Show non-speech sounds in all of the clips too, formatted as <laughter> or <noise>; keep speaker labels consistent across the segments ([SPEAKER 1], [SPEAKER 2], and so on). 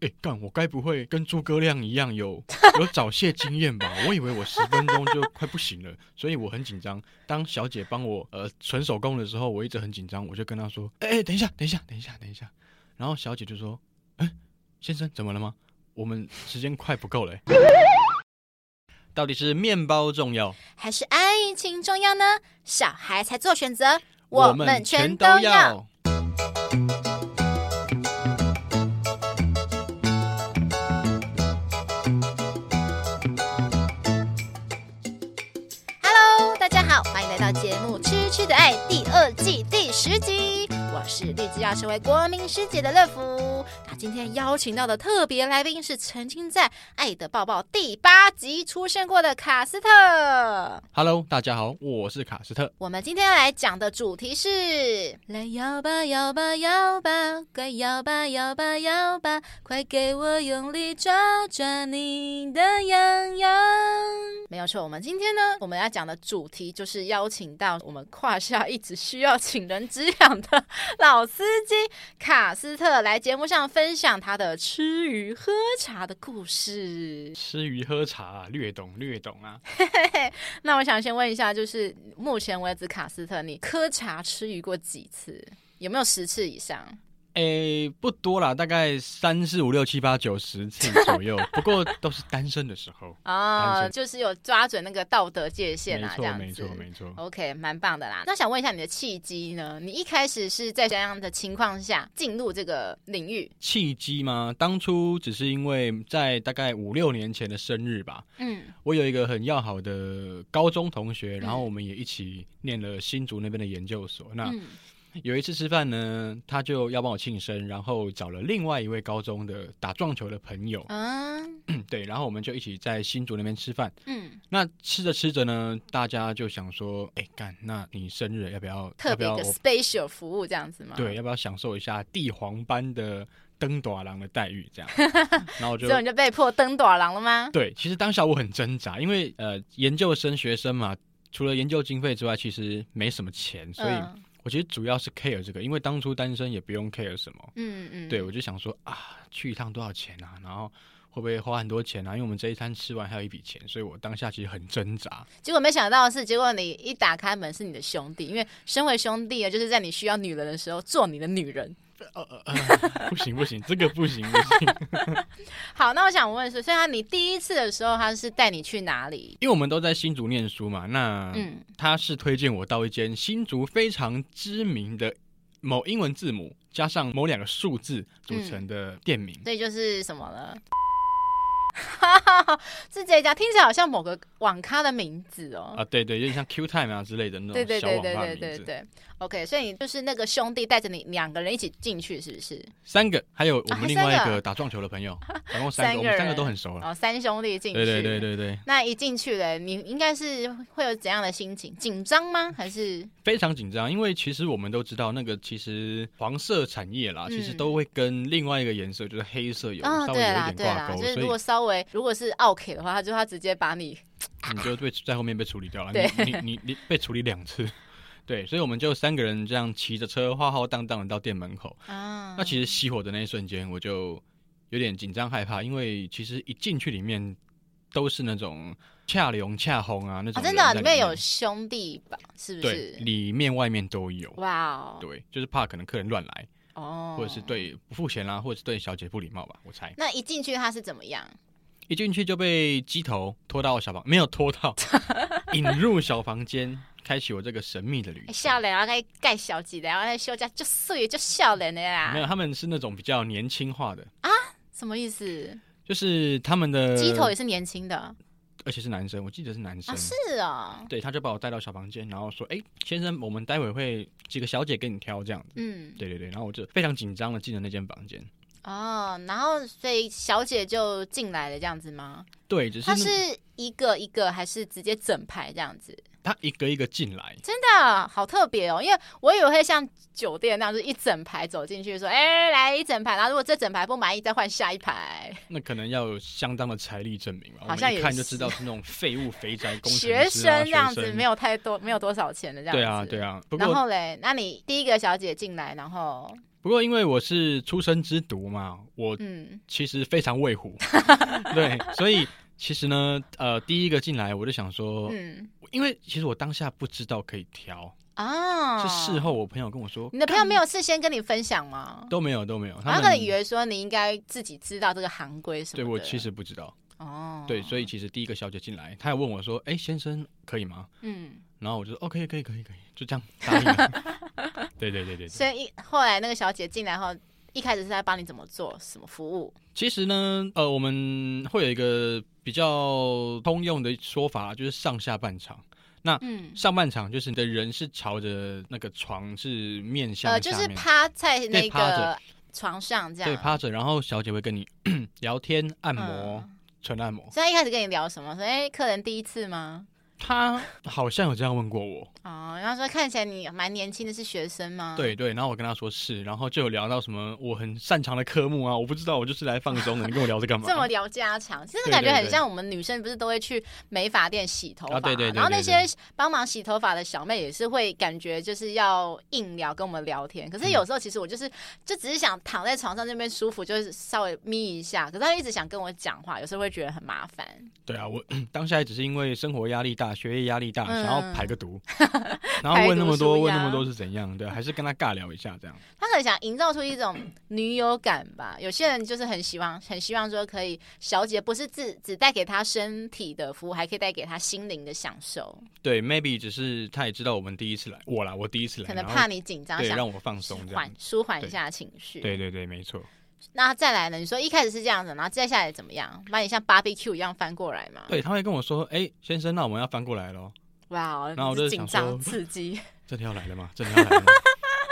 [SPEAKER 1] 哎、干，我该不会跟诸葛亮一样有有早泄经验吧？我以为我十分钟就快不行了，所以我很紧张。当小姐帮我呃纯手工的时候，我一直很紧张，我就跟她说：“哎、哎，等一下，等一下，等一下，等一下。”然后小姐就说：“哎、先生，怎么了吗？我们时间快不够了、哎到底是面包重要？
[SPEAKER 2] 还是爱情重要呢？小孩才做选择，们全都。。Hello，大家好，欢迎来到节目《吃吃的爱》第二季第十集，我是立志要成为国民师姐的乐福。那今天邀请到的特别来宾是曾经在《爱的抱抱》第八集出现过的卡斯特。
[SPEAKER 1] Hello，大家好，我是卡斯特。
[SPEAKER 2] 我们今天要来讲的主题是：来摇吧摇吧摇吧，快摇吧摇吧摇吧，快给我用力抓抓你的痒痒。没有错，我们今天呢，我们要讲的主题就是邀请到我们胯下一直需要请人之养的老司机卡斯特来节目上分享他的吃鱼喝茶的故事。
[SPEAKER 1] 吃鱼喝茶、略懂略懂啊。
[SPEAKER 2] 那我想先问一下，就是目前为止，卡斯特，你喝茶吃鱼过几次？有没有十次以上？
[SPEAKER 1] 诶、不多啦，大概三四五六七八九十次左右，不过都是单身的时候。单
[SPEAKER 2] 哦，
[SPEAKER 1] 身
[SPEAKER 2] 就是有抓准那个道德界限
[SPEAKER 1] 没
[SPEAKER 2] 啊，这
[SPEAKER 1] 错，
[SPEAKER 2] 样子。
[SPEAKER 1] 没错，没错。
[SPEAKER 2] OK，蛮棒的啦。那想问一下你的契机呢？你一开始是在怎样的情况下进入这个领域？
[SPEAKER 1] 契机吗？当初只是因为在大概五六年前的生日吧，
[SPEAKER 2] 嗯，
[SPEAKER 1] 我有一个很要好的高中同学，然后
[SPEAKER 2] 嗯
[SPEAKER 1] 我们也一起念了新竹那边的研究所。那
[SPEAKER 2] 嗯
[SPEAKER 1] 有一次吃饭呢，他就要帮我庆生，然后找了另外一位高中的打撞球的朋友，
[SPEAKER 2] 嗯
[SPEAKER 1] 对，然后我们就一起在新竹那边吃饭。
[SPEAKER 2] 嗯，
[SPEAKER 1] 那吃着吃着呢，大家就想说，哎、干，那你生日要不要
[SPEAKER 2] 特别
[SPEAKER 1] 要
[SPEAKER 2] 的
[SPEAKER 1] 不要
[SPEAKER 2] special 服务这样子吗？
[SPEAKER 1] 我对，，要不要享受一下帝皇般的登短郎的待遇？这样，然后
[SPEAKER 2] <laughs>
[SPEAKER 1] 我就
[SPEAKER 2] 所以你就被迫登短廊了吗？
[SPEAKER 1] 对，其实当下我很挣扎，因为呃，研究生学生嘛，除了研究经费之外，其实没什么钱，所以
[SPEAKER 2] 嗯
[SPEAKER 1] 我其实主要是 care 这个，因为当初单身也不用 care 什么。
[SPEAKER 2] 嗯嗯，
[SPEAKER 1] 对，我就想说啊，去一趟多少钱啊？然后会不会花很多钱啊？因为我们这一餐吃完还有一笔钱，所以我当下其实很挣扎。
[SPEAKER 2] 结果没想到的是，结果你一打开门是你的兄弟，因为身为兄弟啊，就是在你需要女人的时候做你的女人。
[SPEAKER 1] 呃呃呃，不行不行，这个不行不行，
[SPEAKER 2] 好，那我想问的是，虽然你第一次的时候他是带你去哪里？
[SPEAKER 1] 因为我们都在新竹念书嘛。那
[SPEAKER 2] 嗯，
[SPEAKER 1] 他是推荐我到一间新竹非常知名的某英文字母加上某两个数字组成的店名。
[SPEAKER 2] 所以就是什么呢？ <laughs> 是这一家，听起来好像某个网咖的名字哦。
[SPEAKER 1] 啊，对对，有点像 Q Time 啊之类的那
[SPEAKER 2] 对
[SPEAKER 1] 种
[SPEAKER 2] 对
[SPEAKER 1] 小
[SPEAKER 2] 对
[SPEAKER 1] 网
[SPEAKER 2] 对
[SPEAKER 1] 吧的
[SPEAKER 2] 对对
[SPEAKER 1] 名字，
[SPEAKER 2] 对，OK，所以你就是那个兄弟带着你两个人一起进去，是不是？
[SPEAKER 1] 三个，还有我
[SPEAKER 2] 啊还
[SPEAKER 1] 们另外一
[SPEAKER 2] 三个
[SPEAKER 1] 个打撞球的朋友，总共三
[SPEAKER 2] 三
[SPEAKER 1] 个，我
[SPEAKER 2] 个
[SPEAKER 1] 们三个
[SPEAKER 2] 人
[SPEAKER 1] 都很熟了。
[SPEAKER 2] 哦，三兄弟进去。
[SPEAKER 1] 对对对对对，
[SPEAKER 2] 那一进去了，你应该是会有怎样的心情？紧张吗？还是
[SPEAKER 1] 非常紧张，因为其实我们都知道，那个其实黄色产业啦，
[SPEAKER 2] 嗯
[SPEAKER 1] 其实都会跟另外一个颜色，就是黑色有、
[SPEAKER 2] 哦，
[SPEAKER 1] 稍微
[SPEAKER 2] 对
[SPEAKER 1] 有
[SPEAKER 2] 啦
[SPEAKER 1] 一，
[SPEAKER 2] 对
[SPEAKER 1] 点挂
[SPEAKER 2] 啦，
[SPEAKER 1] 钩，
[SPEAKER 2] 就是
[SPEAKER 1] 所以
[SPEAKER 2] 如果稍微如果是 OK 的话，他就他直接把你
[SPEAKER 1] 你就被在后面被处理掉
[SPEAKER 2] 嗯
[SPEAKER 1] 了。
[SPEAKER 2] 对
[SPEAKER 1] 你你你你被处理两次， <laughs> 对，所以我们就三个人这样骑着车浩浩荡荡的到店门口。
[SPEAKER 2] 啊，
[SPEAKER 1] 那其实熄火的那一瞬间，我就有点紧张害怕，因为其实一进去里面都是那种恰龙恰红啊那
[SPEAKER 2] 啊
[SPEAKER 1] 种人在、
[SPEAKER 2] 真的啊里面有兄弟吧？是不
[SPEAKER 1] 对，
[SPEAKER 2] 是？
[SPEAKER 1] 里面外面都有。
[SPEAKER 2] 哇哦，
[SPEAKER 1] 对，就是怕可能客人乱来，
[SPEAKER 2] 哦，
[SPEAKER 1] 或者是。对不付钱啦、啊或者是对小姐不礼貌吧，我猜。
[SPEAKER 2] 那一进去他是怎么样？
[SPEAKER 1] 一进去就被鸡头拖到小房，没有拖到， <laughs> 引入小房间，开启我这个神秘的旅程。
[SPEAKER 2] 哎笑脸，然后啊该盖小姐的，然后休假就岁就笑脸的
[SPEAKER 1] 没
[SPEAKER 2] 啦，
[SPEAKER 1] 有，他们是那种比较年轻化的，
[SPEAKER 2] 什么意思？
[SPEAKER 1] 就是他们的
[SPEAKER 2] 鸡头也是年轻的啊，
[SPEAKER 1] 而且是男生，我记得是男生。
[SPEAKER 2] 是哦，
[SPEAKER 1] 对，他就把我带到小房间，然后说：“哎、先生，我们待会会几个小姐给你挑这样子。
[SPEAKER 2] 嗯”，
[SPEAKER 1] 对对对，然后我就非常紧张的进了那间房间。
[SPEAKER 2] 哦，然后所以小姐就进来了这样子吗？
[SPEAKER 1] 对，只是
[SPEAKER 2] 她
[SPEAKER 1] 那
[SPEAKER 2] 是一个一个还是直接整排这样子？
[SPEAKER 1] 他一个一个进来，
[SPEAKER 2] 真的好特别哦，因为我以为会像酒店那样，就是一整排走进去说，哎、来一整排，然后如果这整排不满意，再换下一排。
[SPEAKER 1] 那可能要有相当的财力证明吧。
[SPEAKER 2] 好像
[SPEAKER 1] 我们
[SPEAKER 2] 也
[SPEAKER 1] 一看就是知道是那种废物肥宅工程师啊
[SPEAKER 2] 学生这样子
[SPEAKER 1] 学生
[SPEAKER 2] 没有太多，没有多少钱的这样子。
[SPEAKER 1] 对啊，对
[SPEAKER 2] 啊。
[SPEAKER 1] 啊。不
[SPEAKER 2] 然
[SPEAKER 1] 过
[SPEAKER 2] 后嘞，那你第一个小姐进来，然后
[SPEAKER 1] 不过，因为我是出生之犊嘛，我
[SPEAKER 2] 嗯，
[SPEAKER 1] 其实非常
[SPEAKER 2] <laughs>
[SPEAKER 1] 畏虎，对，所以其实呢，呃，第一个进来我就想说，
[SPEAKER 2] 嗯
[SPEAKER 1] 因为其实我当下不知道可以调，
[SPEAKER 2] 啊，
[SPEAKER 1] 是事。后我朋友跟我说
[SPEAKER 2] 你的朋友没有事先跟你分享吗？
[SPEAKER 1] 都没有都没有，
[SPEAKER 2] 他
[SPEAKER 1] 他
[SPEAKER 2] 可能
[SPEAKER 1] 们
[SPEAKER 2] 以为说你应该自己知道这个行规什么
[SPEAKER 1] 对
[SPEAKER 2] 的。
[SPEAKER 1] 我其实不知道，
[SPEAKER 2] 哦，
[SPEAKER 1] 对，所以其实第一个小姐进来，她还问我说，哎，先生可以吗？
[SPEAKER 2] 嗯，
[SPEAKER 1] 然后我就说哦，可以可以可以可以，就这样答应了。
[SPEAKER 2] <laughs>
[SPEAKER 1] 对对对对对。
[SPEAKER 2] 所以一后来那个小姐进来后，一开始是在帮你怎么做什么服务？
[SPEAKER 1] 其实呢，呃，我们会有一个比较通用的说法，就是上下半场。
[SPEAKER 2] 嗯，
[SPEAKER 1] 上半场就是你的人是朝着那个床是面向
[SPEAKER 2] 呃，
[SPEAKER 1] 下
[SPEAKER 2] 就
[SPEAKER 1] 面，
[SPEAKER 2] 是趴啊在那
[SPEAKER 1] 对趴
[SPEAKER 2] 个
[SPEAKER 1] 着
[SPEAKER 2] 床上这样。
[SPEAKER 1] 对趴着，然后小姐会跟你 <coughs> 聊天、按摩、
[SPEAKER 2] 嗯
[SPEAKER 1] 纯按摩。
[SPEAKER 2] 所以他一开始跟你聊什么？说，哎、客人第一次吗？
[SPEAKER 1] 她好像有这样问过我，
[SPEAKER 2] 哦，然后说看起来你蛮年轻的，是学生吗？，
[SPEAKER 1] 对对，然后我跟她说是，然后就有聊到什么我很擅长的科目啊，我不知道，我就是来放
[SPEAKER 2] <laughs>
[SPEAKER 1] 松的，你跟我聊这干嘛？
[SPEAKER 2] 这么聊家常，其实
[SPEAKER 1] 对
[SPEAKER 2] 感觉
[SPEAKER 1] 对
[SPEAKER 2] 很
[SPEAKER 1] 对
[SPEAKER 2] 像我们女生不是都会去美发店洗头发、
[SPEAKER 1] 啊对对对
[SPEAKER 2] 然后那
[SPEAKER 1] 对对
[SPEAKER 2] 些帮忙洗头发的小妹也是会感觉就是要硬聊跟我们聊天，可
[SPEAKER 1] 嗯
[SPEAKER 2] 是有时候其实我就是、就只是想躺在床上那边舒服，就是稍微眯一下，可是她一直想跟我讲话，有时候会觉得很麻烦。
[SPEAKER 1] 对啊，我 <coughs> 当下也只是因为生活压力大、学业压力大，
[SPEAKER 2] 嗯
[SPEAKER 1] 想要排个毒，
[SPEAKER 2] <laughs>
[SPEAKER 1] 然后问那么
[SPEAKER 2] 排毒
[SPEAKER 1] 多，
[SPEAKER 2] 舒
[SPEAKER 1] 问
[SPEAKER 2] 压
[SPEAKER 1] 那么多是怎样？对啊，还是跟他尬聊一下这样。
[SPEAKER 2] 她可能想营造出一种 <clears throat> 女友感吧，有些人就是很希望，很希望说可以，小姐不是只只带给她身体的服务，还可以带给她心灵的享受。
[SPEAKER 1] 对，maybe 只是他也知道我们第一次来，我啦，我第一次来，
[SPEAKER 2] 可能
[SPEAKER 1] 然后
[SPEAKER 2] 怕你紧张，
[SPEAKER 1] 对
[SPEAKER 2] 想
[SPEAKER 1] 让我放松这样
[SPEAKER 2] 缓。舒缓一
[SPEAKER 1] 对
[SPEAKER 2] 下情绪。
[SPEAKER 1] 对，对对，没错。
[SPEAKER 2] 嗯那再来呢？你说一开始是这样子，然后再下来怎么样？把你像 barbecue 一样翻过来嘛？，
[SPEAKER 1] 对，他会跟我说：“哎、先生，那我们要翻过来咯，
[SPEAKER 2] 哇、
[SPEAKER 1] 然
[SPEAKER 2] 哦，
[SPEAKER 1] 后我
[SPEAKER 2] 你是
[SPEAKER 1] 就
[SPEAKER 2] 紧
[SPEAKER 1] 想
[SPEAKER 2] 张
[SPEAKER 1] 说
[SPEAKER 2] 刺
[SPEAKER 1] <laughs>
[SPEAKER 2] 激，
[SPEAKER 1] 真的要来了吗？真的要来了吗？”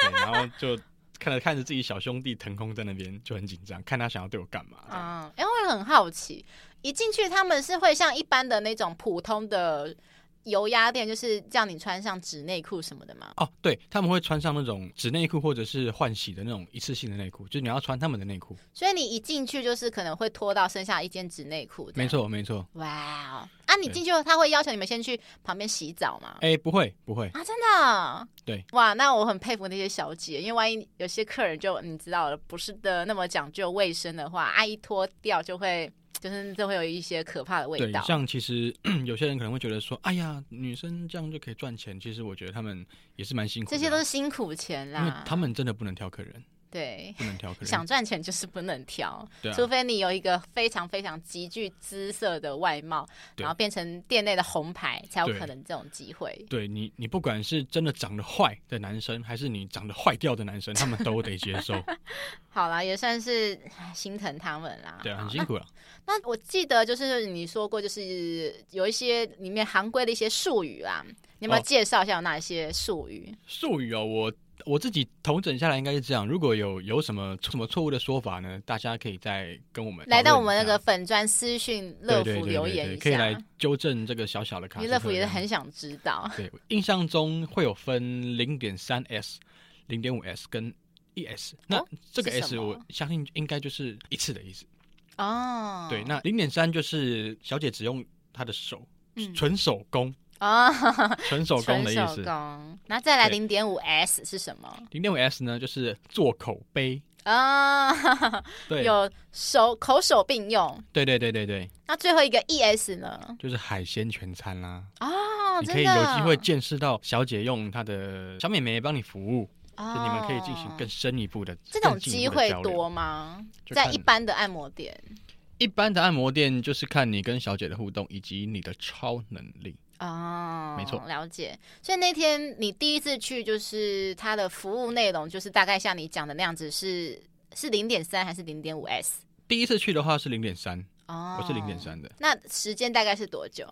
[SPEAKER 1] 对，然后就看着看着自己小兄弟腾空在那边，就很紧张，看他想要对我干嘛。这样
[SPEAKER 2] 嗯，哎、我很好奇，一进去他们是会像一般的那种普通的油压店，就是叫你穿上纸内裤什么的吗？
[SPEAKER 1] 哦，对，他们会穿上那种纸内裤或者是换洗的那种一次性的内裤，就是你要穿他们的内裤。
[SPEAKER 2] 所以你一进去就是可能会脱到剩下一件纸内裤，
[SPEAKER 1] 没。错，没错。
[SPEAKER 2] 哇哦，啊，你
[SPEAKER 1] 对
[SPEAKER 2] 进去后他会要求你们先去旁边洗澡吗？
[SPEAKER 1] 哎、不会，不会。
[SPEAKER 2] 啊，真的哦、
[SPEAKER 1] 对，
[SPEAKER 2] 哇，那我很佩服那些小姐，因为万一有些客人就你知道了，不是的那么讲究卫生的话，啊，一脱掉就会就是就会有一些可怕的味
[SPEAKER 1] 对
[SPEAKER 2] 道，。
[SPEAKER 1] 像其实 <clears throat> 有些人可能会觉得说，哎呀，女生这样就可以赚钱。其实我觉得他们也是蛮辛苦的
[SPEAKER 2] 这
[SPEAKER 1] 啊，
[SPEAKER 2] 些都是辛苦钱
[SPEAKER 1] 因为
[SPEAKER 2] 啦，
[SPEAKER 1] 他们真的不能挑客人，
[SPEAKER 2] 对。
[SPEAKER 1] 不能挑客
[SPEAKER 2] 想
[SPEAKER 1] 人。
[SPEAKER 2] 赚钱就是不能挑，
[SPEAKER 1] 对啊，
[SPEAKER 2] 除非你有一个非常非常极具姿色的外貌，
[SPEAKER 1] 对
[SPEAKER 2] 然后变成店内的红牌，才有
[SPEAKER 1] 对
[SPEAKER 2] 可能这种机会。
[SPEAKER 1] 对你，你不管是真的长得坏的男生，还是你长得坏掉的男生，他们都得接
[SPEAKER 2] <laughs>
[SPEAKER 1] 受。
[SPEAKER 2] 好啦，也算是唉心疼他们啦。
[SPEAKER 1] 对啊，
[SPEAKER 2] 好
[SPEAKER 1] 很辛苦了。
[SPEAKER 2] 那我记得就是你说过，就是有一些里面行规的一些术语啦，你有没有
[SPEAKER 1] 哦
[SPEAKER 2] 介绍一下有哪一些术语？
[SPEAKER 1] 术语哦，我我自己统整下来应该是这样。如果有有什么什么错误的说法呢，大家可以再跟我们
[SPEAKER 2] 来到
[SPEAKER 1] 讨
[SPEAKER 2] 我们
[SPEAKER 1] 论
[SPEAKER 2] 那
[SPEAKER 1] 一下
[SPEAKER 2] 个粉砖私讯乐
[SPEAKER 1] 呃对对
[SPEAKER 2] 福
[SPEAKER 1] 对
[SPEAKER 2] 留
[SPEAKER 1] 对
[SPEAKER 2] 言
[SPEAKER 1] 对
[SPEAKER 2] 一
[SPEAKER 1] 可以来
[SPEAKER 2] 下，
[SPEAKER 1] 纠正这个小小的卡
[SPEAKER 2] 因
[SPEAKER 1] 斯
[SPEAKER 2] 为
[SPEAKER 1] 特。
[SPEAKER 2] 乐福也是很想知道。
[SPEAKER 1] 对，印象中会有分零点三 S、零点五 S 跟一 S。那
[SPEAKER 2] 哦
[SPEAKER 1] 这个
[SPEAKER 2] 是什
[SPEAKER 1] S
[SPEAKER 2] 么
[SPEAKER 1] 我相信应该就是一次的意思。
[SPEAKER 2] 哦，
[SPEAKER 1] 对，那零点三就是小姐只用她的手，
[SPEAKER 2] 嗯
[SPEAKER 1] 纯手工，
[SPEAKER 2] 哦，
[SPEAKER 1] 纯 <laughs> 手工
[SPEAKER 2] 纯
[SPEAKER 1] 的意
[SPEAKER 2] 手
[SPEAKER 1] 思。
[SPEAKER 2] 工，那再来
[SPEAKER 1] 对
[SPEAKER 2] 零点五 S 是什么？
[SPEAKER 1] 零点五 S 呢，就是做口碑。
[SPEAKER 2] 啊、
[SPEAKER 1] 对，
[SPEAKER 2] 有手口手并用。
[SPEAKER 1] 对对对对对，
[SPEAKER 2] 那最后一个 E S 呢？
[SPEAKER 1] 就是海鲜全餐啦。
[SPEAKER 2] 哦，
[SPEAKER 1] 你
[SPEAKER 2] 真的，
[SPEAKER 1] 可以有机会见识到小姐用她的小美眉帮你服务，就
[SPEAKER 2] 哦，
[SPEAKER 1] 你们可以进行更深一步的
[SPEAKER 2] 这种
[SPEAKER 1] 更进一
[SPEAKER 2] 机
[SPEAKER 1] 步的
[SPEAKER 2] 会
[SPEAKER 1] 交流
[SPEAKER 2] 多吗？
[SPEAKER 1] 就
[SPEAKER 2] 在
[SPEAKER 1] 看
[SPEAKER 2] 一般的按摩店。
[SPEAKER 1] 一般的按摩店就是看你跟小姐的互动以及你的超能力。
[SPEAKER 2] 哦，
[SPEAKER 1] 没错
[SPEAKER 2] 了解。所以那天你第一次去，就是它的服务内容，就是大概像你讲的那样子是，是零点三还是零点五 S？
[SPEAKER 1] 第一次去的话是零点三，
[SPEAKER 2] 哦，
[SPEAKER 1] 我是零点。三的。
[SPEAKER 2] 那时间大概是多久？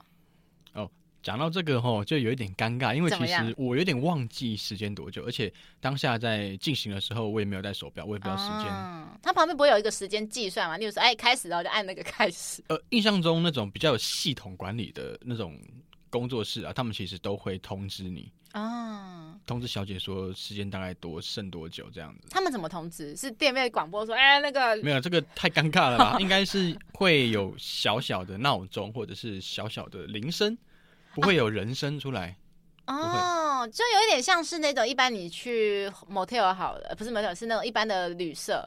[SPEAKER 1] 讲到这个吼，就有一点尴尬，因为
[SPEAKER 2] 怎么
[SPEAKER 1] 其
[SPEAKER 2] 样
[SPEAKER 1] 实我有点忘记时间多久，而且当下在进行的时候，我也没有带手表，我也不知道时间。
[SPEAKER 2] 哦它旁边不会有一个时间计算嘛？例如说，哎，开始然后就按那个开始。
[SPEAKER 1] 呃，印象中那种比较有系统管理的那种工作室啊，他们其实都会通知你，
[SPEAKER 2] 啊。
[SPEAKER 1] 通知小姐说时间大概多剩多久这样子。
[SPEAKER 2] 他们怎么通知？是店面广播说，哎、那个
[SPEAKER 1] 没有，这个太尴尬
[SPEAKER 2] <laughs>
[SPEAKER 1] 了吧？应该是会有小小的闹钟，或者是小小的铃声，不会有人声出来。
[SPEAKER 2] 哦，就有一点像是那种一般你去 motel 好了，呃不是 motel，是那种一般的旅社，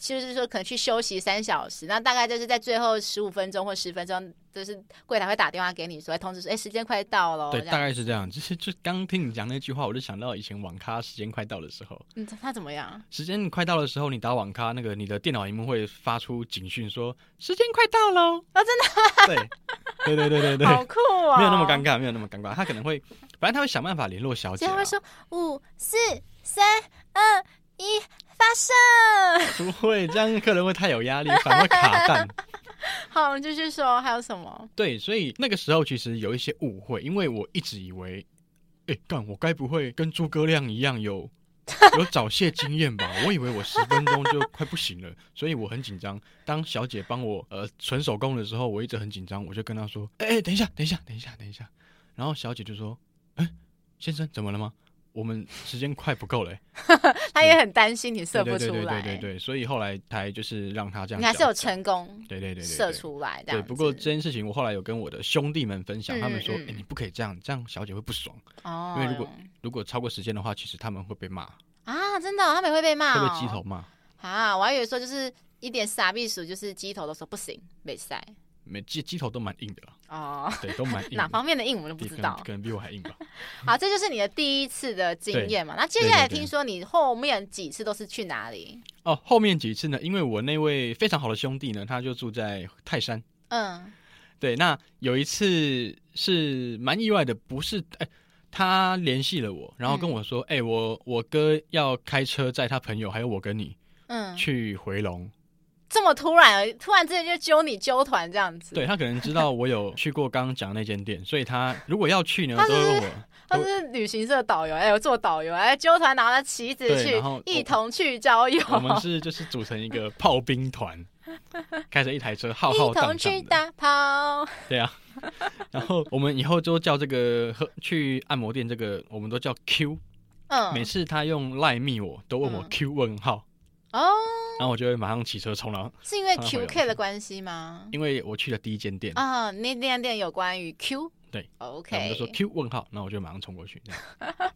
[SPEAKER 2] 就是说可能去休息三小时，那大概就是在最后十五分钟或十分钟，就是柜台会打电话给你说，通知说，哎、时间快到喽。
[SPEAKER 1] 对，
[SPEAKER 2] 这
[SPEAKER 1] 大
[SPEAKER 2] 样，
[SPEAKER 1] 概是这样。 <laughs> 就是就刚听你讲那句话，我就想到以前网咖时间快到的时候，
[SPEAKER 2] 嗯，他怎么样？
[SPEAKER 1] 时间快到的时候，你打网咖，那个你的电脑荧幕会发出警讯说时间快到喽。啊，真的？对，对对对对对，
[SPEAKER 2] 哦好酷哦，
[SPEAKER 1] 没有那么尴尬，没有那么尴尬。他可能会，反正他会想办法联络小姐、
[SPEAKER 2] 所以
[SPEAKER 1] 啊
[SPEAKER 2] 他。会说五四三二一发射，
[SPEAKER 1] 不会，这样客人会太有压力，反而会卡蛋。
[SPEAKER 2] <laughs> 好，我们继续说还有什么？
[SPEAKER 1] 对，所以那个时候其实有一些误会，因为我一直以为，哎、干我该不会跟诸葛亮一样有有早泄经验吧？我以为我十分钟就快不行了，所以我很紧张。当小姐帮我呃纯手工的时候，我一直很紧张，我就跟她说，哎、哎等一下，等一下，等一下，等一下。然后小姐就说，哎、先生怎么了吗？我们时间快不
[SPEAKER 2] <laughs>
[SPEAKER 1] 够了、欸，
[SPEAKER 2] 他也很担心你射
[SPEAKER 1] 对
[SPEAKER 2] 不
[SPEAKER 1] 对
[SPEAKER 2] 出
[SPEAKER 1] 对对
[SPEAKER 2] 来，
[SPEAKER 1] 对对对，所以后来才就是让她这样
[SPEAKER 2] 你
[SPEAKER 1] 搅搅，
[SPEAKER 2] 还是有成功
[SPEAKER 1] 对，对对对对，
[SPEAKER 2] 射出来的。
[SPEAKER 1] 对，不过这件事情我后来有跟我的兄弟们分享，
[SPEAKER 2] 嗯
[SPEAKER 1] 他们说：“
[SPEAKER 2] 嗯
[SPEAKER 1] 哎、
[SPEAKER 2] 嗯
[SPEAKER 1] 你不可以这样，这样小姐会不爽。
[SPEAKER 2] 哦，
[SPEAKER 1] 因为如果如果超过时间的话，其实他们会被骂，
[SPEAKER 2] 啊，真的哦、他们也会被骂、
[SPEAKER 1] 会
[SPEAKER 2] 哦，
[SPEAKER 1] 被鸡头骂。
[SPEAKER 2] 啊！我还以为说就是一点傻避暑，就是鸡头都说不行，没塞
[SPEAKER 1] 没鸡鸡头都蛮硬的啦，
[SPEAKER 2] 哦。
[SPEAKER 1] 对，都蛮硬
[SPEAKER 2] <laughs> 哪
[SPEAKER 1] 的。
[SPEAKER 2] 方面的硬我们都不
[SPEAKER 1] 比
[SPEAKER 2] 知
[SPEAKER 1] 可
[SPEAKER 2] 道
[SPEAKER 1] 能。可能比我还硬吧。
[SPEAKER 2] 好，这就是你的第一次的经验嘛。那接
[SPEAKER 1] 对
[SPEAKER 2] 下来
[SPEAKER 1] 对
[SPEAKER 2] 听说你后面几次都是去哪里？
[SPEAKER 1] 哦，后面几次呢，因为我那位非常好的兄弟呢，他就住在泰山。
[SPEAKER 2] 嗯，
[SPEAKER 1] 对，那有一次是蛮意外的，不是哎。他联系了我，然后
[SPEAKER 2] 嗯
[SPEAKER 1] 跟我说：“哎、我我哥要开车载他朋友，还有我跟你
[SPEAKER 2] 嗯，
[SPEAKER 1] 去回龙，
[SPEAKER 2] 这么突然而已，突然之间就揪你揪团这样子。
[SPEAKER 1] 对，他可能知道我有去过刚刚讲的那间店，所以他如果要去呢，
[SPEAKER 2] 他
[SPEAKER 1] 都会问我。
[SPEAKER 2] <laughs> 他是旅行社导游，哎、我做导游，哎、揪团拿着旗子
[SPEAKER 1] 对
[SPEAKER 2] 去
[SPEAKER 1] 然后，
[SPEAKER 2] 一同去郊游，
[SPEAKER 1] 我们是就是组成一个炮兵团，
[SPEAKER 2] <laughs>
[SPEAKER 1] 开着一台车浩浩
[SPEAKER 2] 一
[SPEAKER 1] 荡
[SPEAKER 2] 同去
[SPEAKER 1] 荡
[SPEAKER 2] 打
[SPEAKER 1] 的，
[SPEAKER 2] 炮。
[SPEAKER 1] 对啊。然后我们以后就叫这个喝去按摩店这个，我们都叫 Q。
[SPEAKER 2] 嗯，
[SPEAKER 1] 每次他用赖密我，都问我
[SPEAKER 2] 嗯
[SPEAKER 1] Q 问号，
[SPEAKER 2] 哦，
[SPEAKER 1] 然后我就会马上骑车冲了，
[SPEAKER 2] 是因为
[SPEAKER 1] 他会有
[SPEAKER 2] QK 的关系吗？
[SPEAKER 1] 因为我去了第一间店，
[SPEAKER 2] 啊、那店店有关于 Q，
[SPEAKER 1] 对然后我们
[SPEAKER 2] ，OK，
[SPEAKER 1] 就说 Q 问号，那我就马上冲过去。这样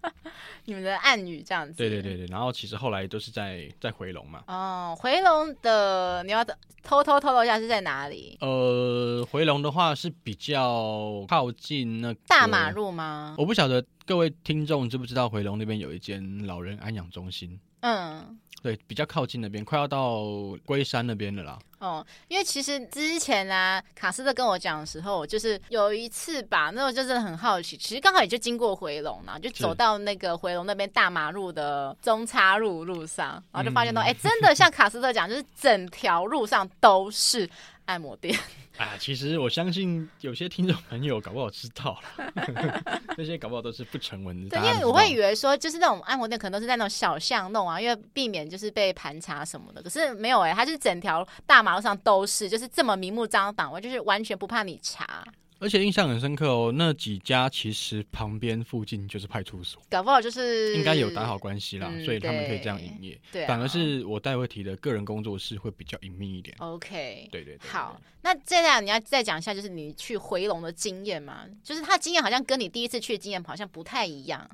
[SPEAKER 2] 你们的暗语这样子，
[SPEAKER 1] 对对对对，然后其实后来都是在在回龙嘛。
[SPEAKER 2] 哦，回龙的你要偷偷透露一下是在哪里？
[SPEAKER 1] 呃，回龙的话是比较靠近那个
[SPEAKER 2] 大马。路吗？
[SPEAKER 1] 我不晓得各位听众知不知道，回龙那边有一间老人安养中心，
[SPEAKER 2] 嗯，
[SPEAKER 1] 对，比较靠近那边，快要到龟山那边了啦。
[SPEAKER 2] 哦，因为其实之前啊，卡斯特跟我讲的时候，我就是有一次吧，那我就真的很好奇，其实刚好也就经过回龙啦，就走到那个回龙那边大马路的中叉路路上，然后就发现到，
[SPEAKER 1] 嗯
[SPEAKER 2] 哎、真的像卡斯特讲，就是整条路上都是按摩店。
[SPEAKER 1] 啊，其实我相信有些听众朋友搞不好知道了， <laughs> 这些搞不好都是不成文的。
[SPEAKER 2] 对，
[SPEAKER 1] 大家
[SPEAKER 2] 因为
[SPEAKER 1] 都
[SPEAKER 2] 我
[SPEAKER 1] 知道
[SPEAKER 2] 会以为说，就是那种按摩店可能都是在那种小巷弄啊，因为避免就是被盘查什么的。可是没有哎、它就是整条大马路上都是，就是这么明目张胆，我就是完全不怕你查。
[SPEAKER 1] 而且印象很深刻哦，那几家其实旁边附近就是派出所，
[SPEAKER 2] 搞不好就是
[SPEAKER 1] 应该有打好关系啦，
[SPEAKER 2] 嗯
[SPEAKER 1] 所以他们可以这样
[SPEAKER 2] 对
[SPEAKER 1] 营业。
[SPEAKER 2] 对啊、
[SPEAKER 1] 反而是我待会提的个人工作室会比较隐秘一点。
[SPEAKER 2] OK。
[SPEAKER 1] 对对对对
[SPEAKER 2] 好，那接下来你要再讲一下，就是你去回龙的经验嘛？就是他经验好像跟你第一次去的经验好像不太一样。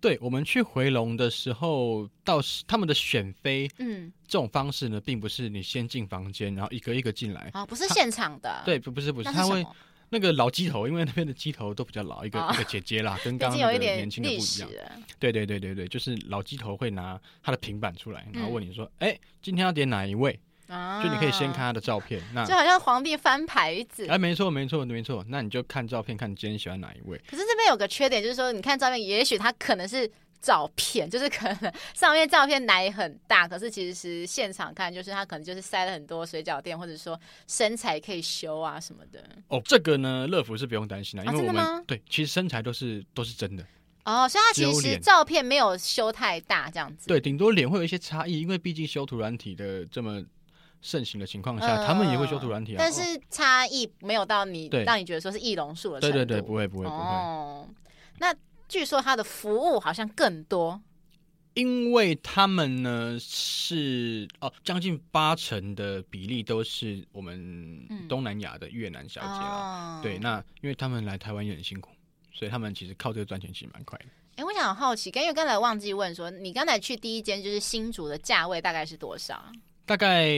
[SPEAKER 1] 对，我们去回龙的时候，到时他们的选妃
[SPEAKER 2] 嗯，
[SPEAKER 1] 这种方式呢，并不是你先进房间，然后一个一个进来。
[SPEAKER 2] 啊，不是现场的，，
[SPEAKER 1] 对，不不是不是，
[SPEAKER 2] 那
[SPEAKER 1] 他
[SPEAKER 2] 是什
[SPEAKER 1] 会
[SPEAKER 2] 么？
[SPEAKER 1] 那个老鸡头，因为那边的鸡头都比较老，一个、
[SPEAKER 2] 哦
[SPEAKER 1] 一个姐
[SPEAKER 2] <laughs>
[SPEAKER 1] 姐啦，跟
[SPEAKER 2] 已
[SPEAKER 1] 刚
[SPEAKER 2] 经
[SPEAKER 1] 刚
[SPEAKER 2] 有一
[SPEAKER 1] 那个
[SPEAKER 2] 点
[SPEAKER 1] 年轻的不
[SPEAKER 2] 历
[SPEAKER 1] 一
[SPEAKER 2] 史
[SPEAKER 1] 样。
[SPEAKER 2] 了。
[SPEAKER 1] 对对对对对，就是老鸡头会拿他的平板出来，然后
[SPEAKER 2] 嗯
[SPEAKER 1] 问你说：“哎、今天要点哪一位？”
[SPEAKER 2] 啊
[SPEAKER 1] 就你可以先看，他的照片。那
[SPEAKER 2] 就好像皇帝翻牌子。
[SPEAKER 1] 哎，没错没错没错，那你就看照片，看你今天喜欢哪一位。
[SPEAKER 2] 可是这边有个缺点，就是说你看照片，也许它可能是照片，就是可能上面照片奶很大，可是其实现场看，就是它可能就是塞了很多水饺店，或者说身材可以修啊什么的。
[SPEAKER 1] 哦，这个呢，乐福是不用担心的，
[SPEAKER 2] 啊
[SPEAKER 1] 因为
[SPEAKER 2] 真的
[SPEAKER 1] 我们、
[SPEAKER 2] 吗
[SPEAKER 1] 对其实身材都是都是真的。
[SPEAKER 2] 哦，所以它其
[SPEAKER 1] 丢
[SPEAKER 2] 实
[SPEAKER 1] 脸
[SPEAKER 2] 照片没有修太大这样子。
[SPEAKER 1] 对，顶多脸会有一些差异，因为毕竟修图软体的这么盛行的情况下，他们也会修图软体
[SPEAKER 2] 嗯
[SPEAKER 1] 啊。
[SPEAKER 2] 呃但
[SPEAKER 1] 哦
[SPEAKER 2] 是差异没有到你
[SPEAKER 1] 对
[SPEAKER 2] 让你觉得说是易容术的
[SPEAKER 1] 对
[SPEAKER 2] 程度。
[SPEAKER 1] 对对，不会不会不会，
[SPEAKER 2] 哦，那据说它的服务好像更多
[SPEAKER 1] 因为他们呢是哦，将近八成的比例都是我们
[SPEAKER 2] 嗯
[SPEAKER 1] 东南亚的越南小姐啦。
[SPEAKER 2] 哦
[SPEAKER 1] 对，那因为他们来台湾也很辛苦，所以他们其实靠这个赚钱其实蛮快的。
[SPEAKER 2] 哎，我想好奇，因为刚才忘记问说，你刚才去第一间就是新竹的价位大概是多少？
[SPEAKER 1] 大概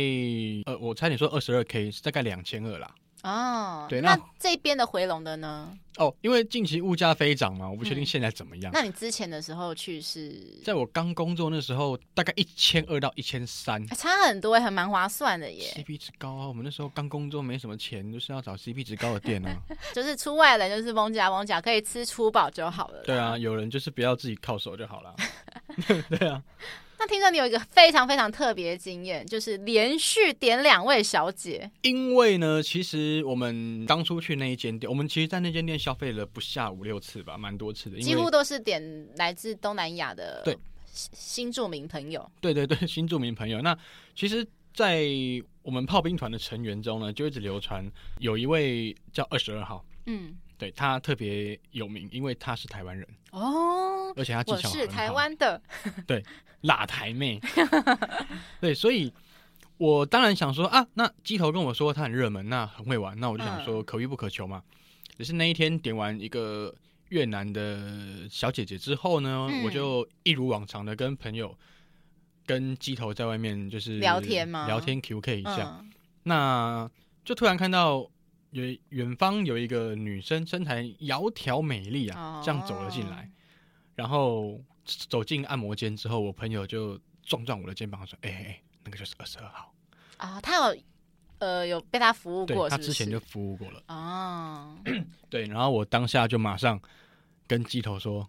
[SPEAKER 1] 呃，我猜你说二十二 K 是大概两千二啦。
[SPEAKER 2] 哦，
[SPEAKER 1] 对
[SPEAKER 2] 那
[SPEAKER 1] 那
[SPEAKER 2] 这边的回笼的呢？
[SPEAKER 1] 哦，因为近期物价飞涨嘛，我不确定
[SPEAKER 2] 嗯
[SPEAKER 1] 现在怎么样。
[SPEAKER 2] 那你之前的时候去是、
[SPEAKER 1] 在我刚工作那时候，大概一千二到一千三
[SPEAKER 2] 哎差很多耶，很蛮划算的耶。
[SPEAKER 1] ，CP 值高啊。我们那时候刚工作没什么钱，就是要找 CP 值高的店
[SPEAKER 2] <laughs>
[SPEAKER 1] 啊。
[SPEAKER 2] 就是出外人就是蒙甲蒙甲，可以吃粗饱就好了。
[SPEAKER 1] 对啊，。有人就是不要自己靠手就好了。对啊，
[SPEAKER 2] 那听说你有一个非常非常特别的经验，就是连续点两位小姐，
[SPEAKER 1] 因为呢，其实我们当初去那一间店，我们其实，在那间店消费了不下五六次吧，蛮多次的。因为
[SPEAKER 2] 几乎都是点来自东南亚的
[SPEAKER 1] 对
[SPEAKER 2] 新新著名朋友。
[SPEAKER 1] 对对对，新著名朋友。那其实，在我们炮兵团的成员中呢，就一直流传有一位叫二十二号，
[SPEAKER 2] 嗯，
[SPEAKER 1] 对他特别有名，因为他是台湾人，
[SPEAKER 2] 哦，
[SPEAKER 1] 而且他技
[SPEAKER 2] 我
[SPEAKER 1] 巧
[SPEAKER 2] 是
[SPEAKER 1] 很好
[SPEAKER 2] 台湾的，
[SPEAKER 1] 辣台妹， <laughs> 对，所以。我当然想说啊，那鸡头跟我说他很热门，那很会玩，那我就想
[SPEAKER 2] 嗯
[SPEAKER 1] 说可遇不可求嘛。只是那一天点完一个越南的小姐姐之后呢，
[SPEAKER 2] 嗯
[SPEAKER 1] 我就一如往常的跟朋友、跟鸡头在外面就是
[SPEAKER 2] 聊天吗
[SPEAKER 1] 聊天 QK 一下，
[SPEAKER 2] 嗯，
[SPEAKER 1] 那就突然看到有一远方有一个女生，身材窈窕美丽啊，
[SPEAKER 2] 哦
[SPEAKER 1] 这样走了进来，然后走进按摩间之后，我朋友就撞撞我的肩膀说：“哎、哎、哎，那个就是二十二号，
[SPEAKER 2] 啊，他有呃有被他服务
[SPEAKER 1] 对
[SPEAKER 2] 过，
[SPEAKER 1] 他
[SPEAKER 2] 是不
[SPEAKER 1] 之前
[SPEAKER 2] 是
[SPEAKER 1] 就服务过了。
[SPEAKER 2] 哦，
[SPEAKER 1] 对，然后我当下就马上跟鸡头说：“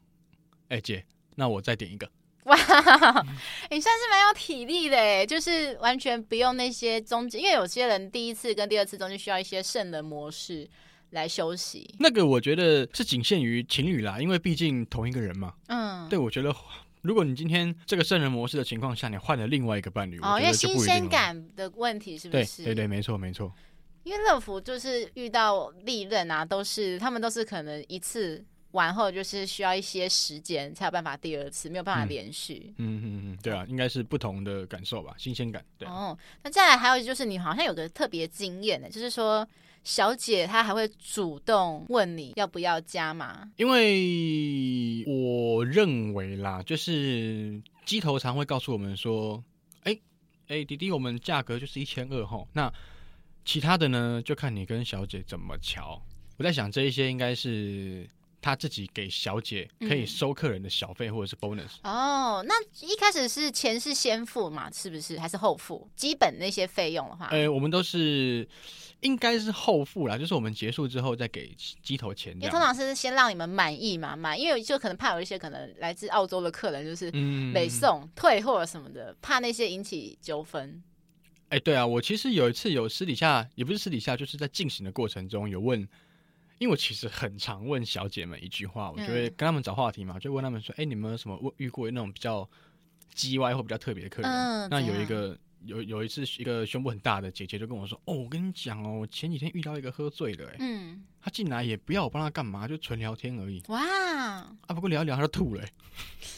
[SPEAKER 1] 哎、姐，那我再点一个。
[SPEAKER 2] 哇，你算是蛮有体力的诶，就是完全不用那些中间，因为有些人第一次跟第二次中间需要一些圣人模式来休息。”
[SPEAKER 1] 那个我觉得是仅限于情侣啦，因为毕竟同一个人嘛。
[SPEAKER 2] 嗯，
[SPEAKER 1] 对，我觉得。如果你今天这个圣人模式的情况下，你换了另外一个伴侣，
[SPEAKER 2] 哦，
[SPEAKER 1] 我
[SPEAKER 2] 因为
[SPEAKER 1] 觉得就不
[SPEAKER 2] 新
[SPEAKER 1] 一定
[SPEAKER 2] 鲜
[SPEAKER 1] 了
[SPEAKER 2] 感的问题是不
[SPEAKER 1] 对
[SPEAKER 2] 是？
[SPEAKER 1] 对对，没错没错，
[SPEAKER 2] 因为乐福就是遇到利刃啊，都是他们都是可能一次完后就是需要一些时间才有办法第二次，没有办法
[SPEAKER 1] 嗯
[SPEAKER 2] 连续。
[SPEAKER 1] 嗯嗯嗯，对啊，应该是不同的感受吧，新鲜感，对啊，
[SPEAKER 2] 哦，那再来还有就是你好像有个特别经验的，就是说小姐她还会主动问你要不要加码。
[SPEAKER 1] 因为我认为啦，就是鸡头常会告诉我们说，哎哎，弟弟，我们价格就是一千二吼，那其他的呢，就看你跟小姐怎么瞧。我在想这一些应该是他自己给小姐可以
[SPEAKER 2] 嗯
[SPEAKER 1] 收客人的小费或者是 bonus，、
[SPEAKER 2] 哦，那一开始是钱是先付嘛，是不是？还是后付？基本那些费用的话，
[SPEAKER 1] 呃，我们都是应该是后付啦，就是我们结束之后再给鸡头钱
[SPEAKER 2] 因
[SPEAKER 1] 这
[SPEAKER 2] 为
[SPEAKER 1] 样
[SPEAKER 2] 通。常是先让你们满意嘛，满，因为就可能怕有一些可能来自澳洲的客人就是
[SPEAKER 1] 嗯
[SPEAKER 2] 北送、退货什么的，怕那些引起纠纷。
[SPEAKER 1] 哎、对啊，我其实有一次有私底下，也不是私底下，就是在进行的过程中有问，因为我其实很常问小姐们一句话，我就会
[SPEAKER 2] 嗯
[SPEAKER 1] 跟他们找话题嘛，就问他们说，哎、你们有什么遇遇过那种比较叽歪或比较特别的客人？
[SPEAKER 2] 嗯
[SPEAKER 1] 那
[SPEAKER 2] 怎
[SPEAKER 1] 有一
[SPEAKER 2] 样
[SPEAKER 1] 个有有一次一个胸部很大的姐姐就跟我说，哦，我跟你讲哦，我前几天遇到一个喝醉的、哎、
[SPEAKER 2] 嗯，
[SPEAKER 1] 她进来也不要我帮她干嘛，就纯聊天而已
[SPEAKER 2] 哇，
[SPEAKER 1] 啊，不过聊一聊她就吐了、哎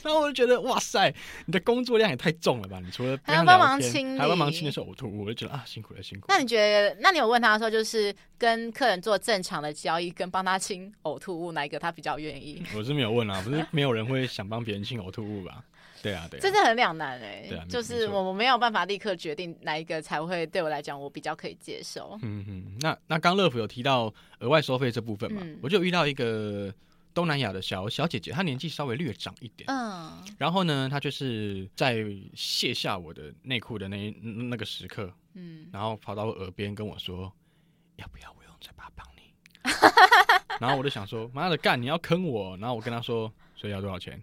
[SPEAKER 1] 然后我就觉得，哇塞，你的工作量也太重了吧！你除了
[SPEAKER 2] 还要
[SPEAKER 1] 跟她
[SPEAKER 2] 帮
[SPEAKER 1] 聊
[SPEAKER 2] 忙
[SPEAKER 1] 天
[SPEAKER 2] 清
[SPEAKER 1] 还要帮忙
[SPEAKER 2] 理
[SPEAKER 1] 清的时候，我吐，我就觉得啊，辛苦了，辛苦了。
[SPEAKER 2] 那你觉得？那你有问他说，就是跟客人做正常的交易，跟帮他清呕吐物，哪一个他比较愿意？
[SPEAKER 1] 我是没有问啊，不是没有人会想帮别人清呕吐物吧？对啊，对啊，
[SPEAKER 2] 真的很两难哎、
[SPEAKER 1] 对啊没
[SPEAKER 2] 就是
[SPEAKER 1] 没
[SPEAKER 2] 我
[SPEAKER 1] 错
[SPEAKER 2] 我没有办法立刻决定哪一个才会对我来讲我比较可以接受。
[SPEAKER 1] 嗯嗯。那那刚乐福有提到额外收费这部分嘛，
[SPEAKER 2] 嗯
[SPEAKER 1] 我就有遇到一个东南亚的小小姐姐，她年纪稍微略长一点，
[SPEAKER 2] 嗯，
[SPEAKER 1] 然后呢，她就是在卸下我的内裤的那一那个时刻，
[SPEAKER 2] 嗯，
[SPEAKER 1] 然后跑到我耳边跟我说，要不要我用嘴巴帮
[SPEAKER 2] <laughs>
[SPEAKER 1] 你？然后我就想说，妈的干，你要坑我！然后我跟她说，所以要多少钱？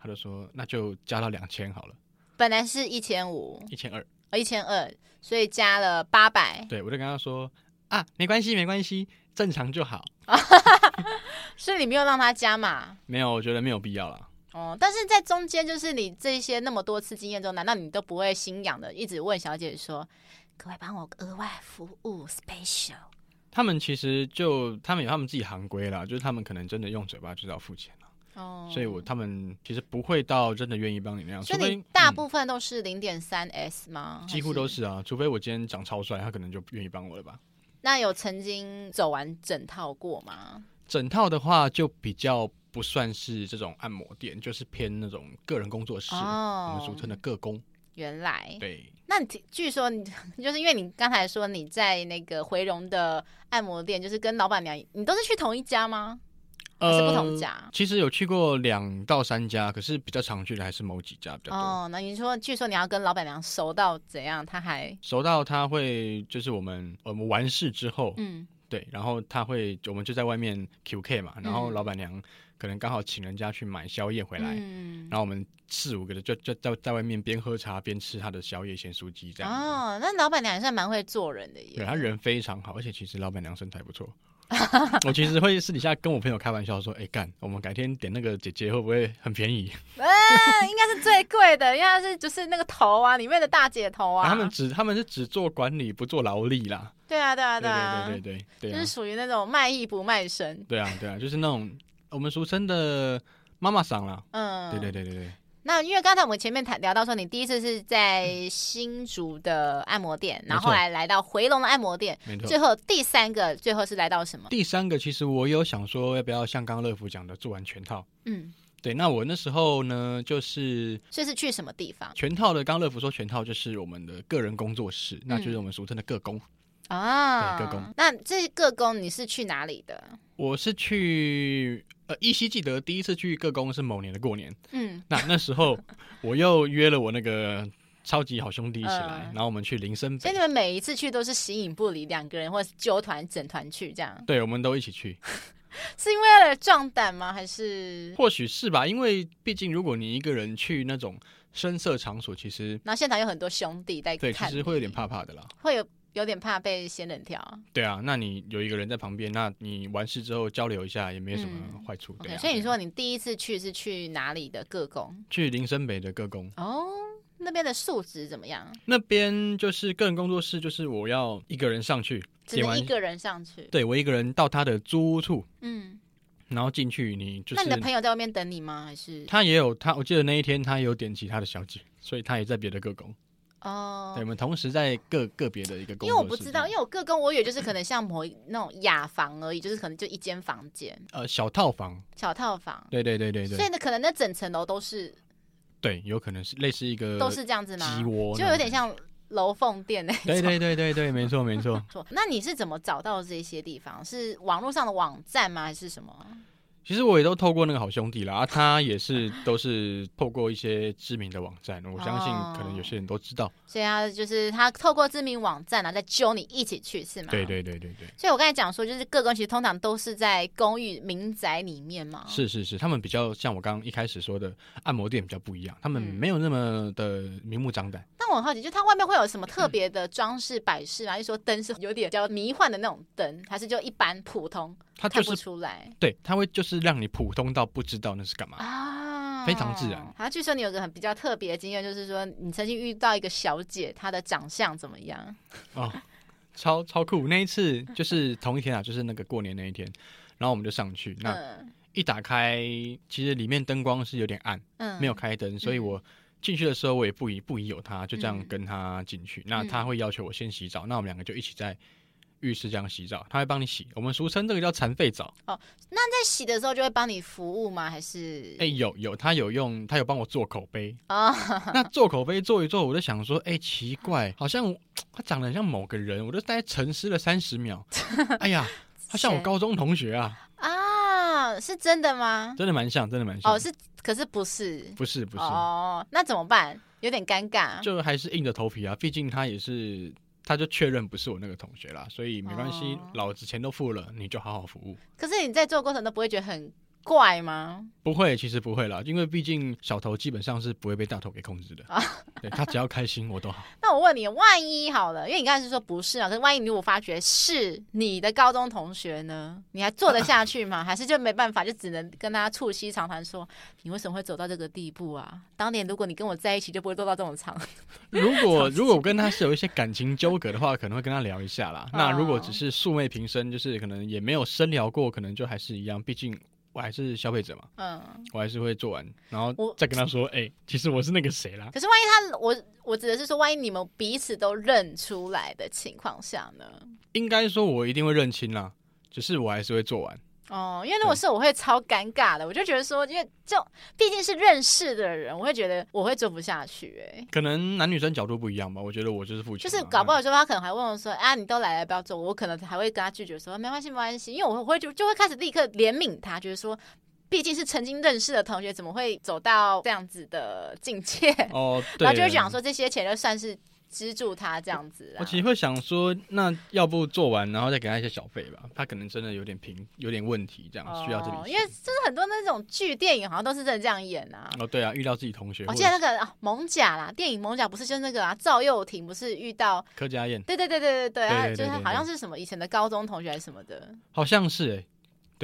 [SPEAKER 1] 她就说，那就加到两千好了，
[SPEAKER 2] 本来是一千五，
[SPEAKER 1] 一千二。
[SPEAKER 2] 呃，一千二，所以加了八百，
[SPEAKER 1] 对，我就跟他说啊，没关系，没关系，正常就好。
[SPEAKER 2] 所以你没有让他加嘛？
[SPEAKER 1] 没有，我觉得没有必要啦。
[SPEAKER 2] 哦，但是在中间，就是你这些那么多次经验中，难道你都不会心痒的，一直问小姐说，各位帮我额外服务 special。
[SPEAKER 1] 他们其实就他们有他们自己行规啦，就是他们可能真的用嘴巴就是要付钱啦
[SPEAKER 2] 哦
[SPEAKER 1] 所以我他们其实不会到真的愿意帮你那样，除
[SPEAKER 2] 所以
[SPEAKER 1] 非
[SPEAKER 2] 你大
[SPEAKER 1] 嗯
[SPEAKER 2] 部分都是零点三 S 吗？
[SPEAKER 1] 几乎都
[SPEAKER 2] 还。
[SPEAKER 1] 是啊，除非我今天长超帅，他可能就愿意帮我了吧。
[SPEAKER 2] 那有曾经走完整套过吗？
[SPEAKER 1] 整套的话就比较不算是这种按摩店，就是偏那种个人工作室，
[SPEAKER 2] 哦
[SPEAKER 1] 我们俗称的个工。
[SPEAKER 2] 原来，
[SPEAKER 1] 对，
[SPEAKER 2] 那你听据说你 <laughs> 就是因为你刚才说你在那个回龙的按摩店，就是跟老板娘，你都是去同一家吗？还是不同家
[SPEAKER 1] 呃其实有去过两到三家，可是比较常去的还是某几家比较多。
[SPEAKER 2] 哦，那你说，据说你要跟老板娘熟到怎样，她还
[SPEAKER 1] 熟到他会就是我们我们完事之后，
[SPEAKER 2] 嗯
[SPEAKER 1] 对，然后他会我们就在外面 QK 嘛，然后
[SPEAKER 2] 嗯
[SPEAKER 1] 老板娘可能刚好请人家去买宵夜回来，
[SPEAKER 2] 嗯
[SPEAKER 1] 然后我们四五个人就就在在外面边喝茶边吃他的宵夜咸酥鸡 <laughs> 这样子。
[SPEAKER 2] 哦，那老板娘也算蛮会做人的
[SPEAKER 1] 对，
[SPEAKER 2] 耶。
[SPEAKER 1] 他人非常好，而且其实老板娘身材
[SPEAKER 2] <laughs>
[SPEAKER 1] 不错。我其实会私底下跟我朋友开玩笑说：“哎、干，我们改天点那个姐姐会不会很便宜
[SPEAKER 2] 嗯，应该是最贵的，因为她是就是那个头啊，里面的大姐头？”啊。
[SPEAKER 1] 他们只他们是只做管理不做劳力啦。
[SPEAKER 2] 对啊，对啊，
[SPEAKER 1] 对
[SPEAKER 2] 啊，
[SPEAKER 1] 对对对对
[SPEAKER 2] 就
[SPEAKER 1] 啊
[SPEAKER 2] 是属于那种卖艺不卖身。
[SPEAKER 1] 对啊对啊，就是那种我们俗称的妈妈桑啦。
[SPEAKER 2] 嗯，
[SPEAKER 1] 对对对对对，
[SPEAKER 2] 那因为刚才我们前面谈聊到说，你第一次是在新竹的按摩店，然后
[SPEAKER 1] 没错
[SPEAKER 2] 后来来到回龙的按摩店，
[SPEAKER 1] 没
[SPEAKER 2] 最
[SPEAKER 1] 错。
[SPEAKER 2] 后第三个最后是来到什么？
[SPEAKER 1] 第三个，其实我有想说要不要像刚刚乐福讲的做完全套。
[SPEAKER 2] 嗯，
[SPEAKER 1] 对，那我那时候呢，就是
[SPEAKER 2] 所以是去什么地方
[SPEAKER 1] 全套的。刚刚乐福说全套就是我们的个人工作室，那
[SPEAKER 2] 嗯
[SPEAKER 1] 就是我们俗称的个工。
[SPEAKER 2] 啊？
[SPEAKER 1] 对各宫。
[SPEAKER 2] 那这个宫你是去哪里的？
[SPEAKER 1] 我是去呃依稀记得第一次去各宫是某年的过年，
[SPEAKER 2] 嗯，
[SPEAKER 1] 那那
[SPEAKER 2] <laughs>
[SPEAKER 1] 时候我又约了我那个超级好兄弟一起来，
[SPEAKER 2] 嗯
[SPEAKER 1] 然后我们去林森
[SPEAKER 2] 所以
[SPEAKER 1] 北
[SPEAKER 2] 你，们每一次去都是形影不离，两个人或者是纠团整团去，这样
[SPEAKER 1] 对，我们都一起去，
[SPEAKER 2] 嗯是因为了壮胆吗？还是
[SPEAKER 1] 或许是吧，因为毕竟如果你一个人去那种深色场所，其实
[SPEAKER 2] 然后现场有很多兄弟在
[SPEAKER 1] 对，
[SPEAKER 2] 看
[SPEAKER 1] 其
[SPEAKER 2] 你，
[SPEAKER 1] 实会有点怕怕的啦。
[SPEAKER 2] 会有有点怕被仙人跳。
[SPEAKER 1] 对啊，那你有一个人在旁边，那你完事之后交流一下也没什么
[SPEAKER 2] 嗯
[SPEAKER 1] 坏处。对
[SPEAKER 2] OK，
[SPEAKER 1] 啊，
[SPEAKER 2] 所以你
[SPEAKER 1] 对
[SPEAKER 2] 说
[SPEAKER 1] 啊
[SPEAKER 2] 你第一次去是去哪里的各宫？
[SPEAKER 1] 去林森北的各宫。
[SPEAKER 2] 哦，那边的素质怎么样？
[SPEAKER 1] 那边就是个人工作室，就是我要一个人上去，
[SPEAKER 2] 只
[SPEAKER 1] 点
[SPEAKER 2] 能
[SPEAKER 1] 完
[SPEAKER 2] 一个人上去。
[SPEAKER 1] 对我一个人到他的租屋处，
[SPEAKER 2] 嗯，
[SPEAKER 1] 然后进去你就
[SPEAKER 2] 那你的朋
[SPEAKER 1] 是
[SPEAKER 2] 友在外面等你吗？还是
[SPEAKER 1] 他也有他，我记得那一天他也有点其他的小姐，所以他也在别的个工，
[SPEAKER 2] 哦
[SPEAKER 1] 对，我？们同时在个个别的一个工作室这
[SPEAKER 2] 因
[SPEAKER 1] 样。
[SPEAKER 2] 为我不知道，因为我各宫我以为就是可能像某一那种雅房而已，就是可能就一间房间、
[SPEAKER 1] 呃小套房，
[SPEAKER 2] 小套房，
[SPEAKER 1] 对对对对
[SPEAKER 2] 所以
[SPEAKER 1] 对
[SPEAKER 2] 呢，可能那整层楼都是
[SPEAKER 1] 对，有可能是类似一个
[SPEAKER 2] 都是这样子吗
[SPEAKER 1] 呃鸡？窝，
[SPEAKER 2] 就有点。像楼凤店那种。
[SPEAKER 1] 对对对对对，没错
[SPEAKER 2] <laughs>
[SPEAKER 1] 没错。
[SPEAKER 2] 错。那你是怎么找到这些地方？是网络上的网站吗？还是什么？
[SPEAKER 1] 其实我也都透过那个好兄弟啦，啊、他也是都是透过一些知名的网站，我相信可能有些人都知道。
[SPEAKER 2] 所以他就是他透过知名网站然啊后再揪你一起去是吗？
[SPEAKER 1] 对。对对对对，
[SPEAKER 2] 所以我刚才讲说，就是各宫其实通常都是在公寓民宅里面嘛。。
[SPEAKER 1] 是是是，他们比较像我刚刚一开始说的按摩店比较不一样，他们
[SPEAKER 2] 嗯
[SPEAKER 1] 没有那么的明目张胆。
[SPEAKER 2] 但我很好奇，就它外面会有什么
[SPEAKER 1] 嗯
[SPEAKER 2] 特别的装饰摆饰吗？就说灯是有点比较迷幻的那种灯，还是就一般普通
[SPEAKER 1] 他就
[SPEAKER 2] 看不
[SPEAKER 1] 是
[SPEAKER 2] 出来
[SPEAKER 1] 对，他会就是让你普通到不知道那是干嘛。
[SPEAKER 2] 啊？
[SPEAKER 1] 非常自然。
[SPEAKER 2] 好，据说你有个很比较特别的经验，就是说你曾经遇到一个小姐，她的长相怎么样？
[SPEAKER 1] 哦，超超酷！那一次就是同一天啊，就是那个过年那一天，然后我们就上去，那
[SPEAKER 2] 嗯
[SPEAKER 1] 一打开，其实里面灯光是有点暗，
[SPEAKER 2] 嗯
[SPEAKER 1] 没有开灯，所以我。进去的时候，我也不疑不疑有他，就这样
[SPEAKER 2] 嗯
[SPEAKER 1] 跟他进去。那他会要求我先洗澡，那我们两个就一起在浴室这样洗澡。他会帮你洗，我们俗称这个叫残废澡。
[SPEAKER 2] 在洗的时候就会帮你服务吗？还是
[SPEAKER 1] 哎、有有，他有用，他有帮我做口碑。
[SPEAKER 2] 啊、
[SPEAKER 1] 那做口碑做一做，我就想说，哎、奇怪，好像他长得很像某个人，我就大概沉思了三
[SPEAKER 2] <laughs>
[SPEAKER 1] 十秒。哎呀，他像我
[SPEAKER 2] 谁
[SPEAKER 1] 高中同学啊，
[SPEAKER 2] 啊？是真的吗？
[SPEAKER 1] 真的蛮像，真的蛮像。
[SPEAKER 2] 哦，是，可是不是？
[SPEAKER 1] 不是不是，
[SPEAKER 2] 哦，那怎么办？有点尴尬。
[SPEAKER 1] 就还是硬着头皮啊，毕竟他也是。他就确认不是我那个同学啦，所以没关系，
[SPEAKER 2] 哦
[SPEAKER 1] 老子钱都付了，你就好好服务。
[SPEAKER 2] 可是你在做的过程都不会觉得很怪吗？
[SPEAKER 1] 不会，其实不会啦，因为毕竟小头基本上是不会被大头给控制的。
[SPEAKER 2] 哦
[SPEAKER 1] 对他只要开心，我都好。
[SPEAKER 2] 那我问你，万一好了，因为你刚才是说不是啊嘛，可是万一你如果发觉是你的高中同学呢，你还做得下去吗？还 <laughs> 是就没办法，就只能跟他促膝长谈说，你为什么会走到这个地步啊？当年如果你跟我在一起，就不会做到这种长。
[SPEAKER 1] 如
[SPEAKER 2] <laughs>
[SPEAKER 1] 果如果我跟他是有一些感情纠葛的话，可能会跟他聊一
[SPEAKER 2] <laughs>
[SPEAKER 1] 下啦。那如果只是素昧平生，就是可能也没有深聊过，可能就还是一样，毕竟。我还是消费者嘛，
[SPEAKER 2] 嗯，
[SPEAKER 1] 我还是会做完，然后
[SPEAKER 2] 我
[SPEAKER 1] 再跟他说，哎、其实我是那个谁
[SPEAKER 2] <laughs>
[SPEAKER 1] 啦。
[SPEAKER 2] 可是万一他，我我指的是说，万一你们彼此都认出来的情况下呢？
[SPEAKER 1] 应该说，我一定会认清啦，只是我还是会做完。
[SPEAKER 2] 哦，因为如果是我会超尴尬的，我就觉得说，因为就毕竟是认识的人，我会觉得我会做不下去、欸，
[SPEAKER 1] 可能男女生角度不一样吧，我觉得我就是父亲
[SPEAKER 2] 就
[SPEAKER 1] 嘛，
[SPEAKER 2] 是搞不好有时候他可能还问我说：“啊，你都来了，不要做。”我可能还会跟他拒绝说：“没关系，没关系。”因为我会就就会开始立刻怜悯他，觉得说，毕竟是曾经认识的同学，怎么会走到这样子的境界？
[SPEAKER 1] 那。哦， <laughs> 对。
[SPEAKER 2] 然后就会讲说，这些钱就算是资助他这样子
[SPEAKER 1] 我
[SPEAKER 2] 啊。
[SPEAKER 1] 其实会想说，那要不做完，然后再给他一些小费吧。他可能真的有点平，有点问题，这样、需要这笔
[SPEAKER 2] 哦，
[SPEAKER 1] 钱。
[SPEAKER 2] 因为就是很多那种剧电影好像都是真的这样演啊。
[SPEAKER 1] 哦，对啊，遇到自己同学
[SPEAKER 2] 我
[SPEAKER 1] 或
[SPEAKER 2] 记
[SPEAKER 1] 者
[SPEAKER 2] 得那个啊，蒙甲啦，电影蒙甲不是就是那个啊，赵又廷不是遇到，
[SPEAKER 1] 柯佳燕，
[SPEAKER 2] 对对对对对对，啊就
[SPEAKER 1] 对对对
[SPEAKER 2] 是
[SPEAKER 1] 对对
[SPEAKER 2] 好像是什么以前的高中同学还是什么的，
[SPEAKER 1] 好像是哎、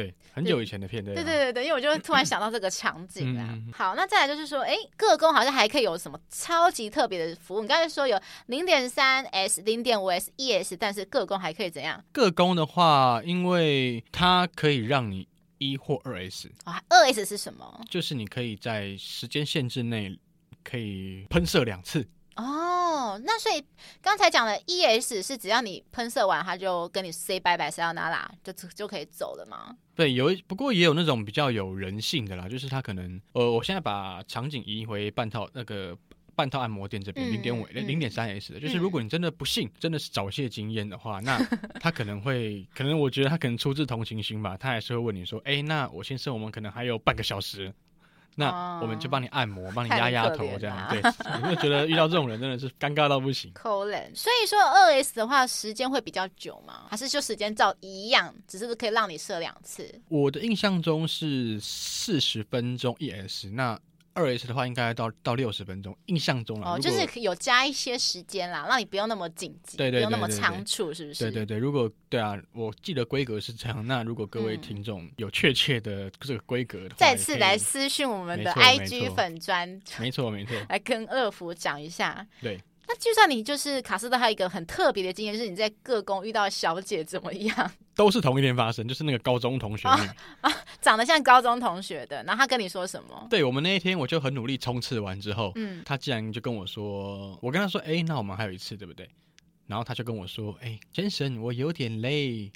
[SPEAKER 1] 对，很久以前的片对啊
[SPEAKER 2] 对
[SPEAKER 1] 对
[SPEAKER 2] 对对对，因为我就会突然想到这个场景啦
[SPEAKER 1] 嗯嗯。
[SPEAKER 2] 好，那再来就是说，哎，各工好像还可以有什么超级特别的服务？你刚才说有零点三 S、零点五 S、ES，但是各工还可以怎样？
[SPEAKER 1] 各工的话，因为它可以让你一或二 S，
[SPEAKER 2] 啊、二 S 是什么？
[SPEAKER 1] 就是你可以在时间限制内可以喷射两次。
[SPEAKER 2] 哦，那所以刚才讲的 ES 是只要你喷射完，他就跟你 say 拜拜，say 到哪啦，就就可以走了吗？
[SPEAKER 1] 对，有一不过也有那种比较有人性的啦，就是他可能呃，我现在把场景移回半套那个半套按摩店这边
[SPEAKER 2] 嗯
[SPEAKER 1] 零点五
[SPEAKER 2] 嗯
[SPEAKER 1] 零点三 S 的，就
[SPEAKER 2] 嗯
[SPEAKER 1] 是如果你真的不幸真的是早泄经验的
[SPEAKER 2] <laughs>
[SPEAKER 1] 话，那他可能会可能我觉得他可能出自同情心吧，他还是会问你说，哎，那我先生我们可能还有半个小时。那我们就帮你按摩，帮你
[SPEAKER 2] 哦太
[SPEAKER 1] 压压
[SPEAKER 2] 可
[SPEAKER 1] 头，
[SPEAKER 2] 怜
[SPEAKER 1] 这样
[SPEAKER 2] 啦
[SPEAKER 1] 对。 <laughs> 有没有觉得遇到这种人真的是尴尬到不行？
[SPEAKER 2] 扣人，所以说二 S 的话，时间会比较久吗？还是就时间照一样，只是可以让你射两次？
[SPEAKER 1] 我的印象中是四十分钟一 S，那二 S 的话应该到到六十分钟，印象中
[SPEAKER 2] 哦，
[SPEAKER 1] 啦。啊如
[SPEAKER 2] 就
[SPEAKER 1] 果
[SPEAKER 2] 是有加一些时间啦，让你不用那么紧急，
[SPEAKER 1] 对对对
[SPEAKER 2] 不用那么
[SPEAKER 1] 对对
[SPEAKER 2] 仓促，是不是？
[SPEAKER 1] 对对对，如果对啊，我记得规格是这样。那如果各位
[SPEAKER 2] 嗯
[SPEAKER 1] 听众有确切的这个规格的话，
[SPEAKER 2] 再
[SPEAKER 1] 也
[SPEAKER 2] 次
[SPEAKER 1] 可以
[SPEAKER 2] 来，私讯我们的
[SPEAKER 1] 没错没
[SPEAKER 2] IG
[SPEAKER 1] 错
[SPEAKER 2] 粉砖，
[SPEAKER 1] 没错没错，
[SPEAKER 2] 来跟乐福讲一下。
[SPEAKER 1] 对。
[SPEAKER 2] 那就算你就是卡斯特，还有一个很特别的经验，就是你在各宫遇到小姐怎么样， <laughs>
[SPEAKER 1] 都是同一天发生，就是那个高中同学
[SPEAKER 2] 啊
[SPEAKER 1] 那个。
[SPEAKER 2] 长得像高中同学的，然后她跟你说什么？
[SPEAKER 1] 对我们那一天，我就很努力冲刺完之后，
[SPEAKER 2] 嗯，
[SPEAKER 1] 他竟然就跟我说，我跟他说，哎、那我们还有一次，对不对？然后他就跟我说，哎、先生，我有点累，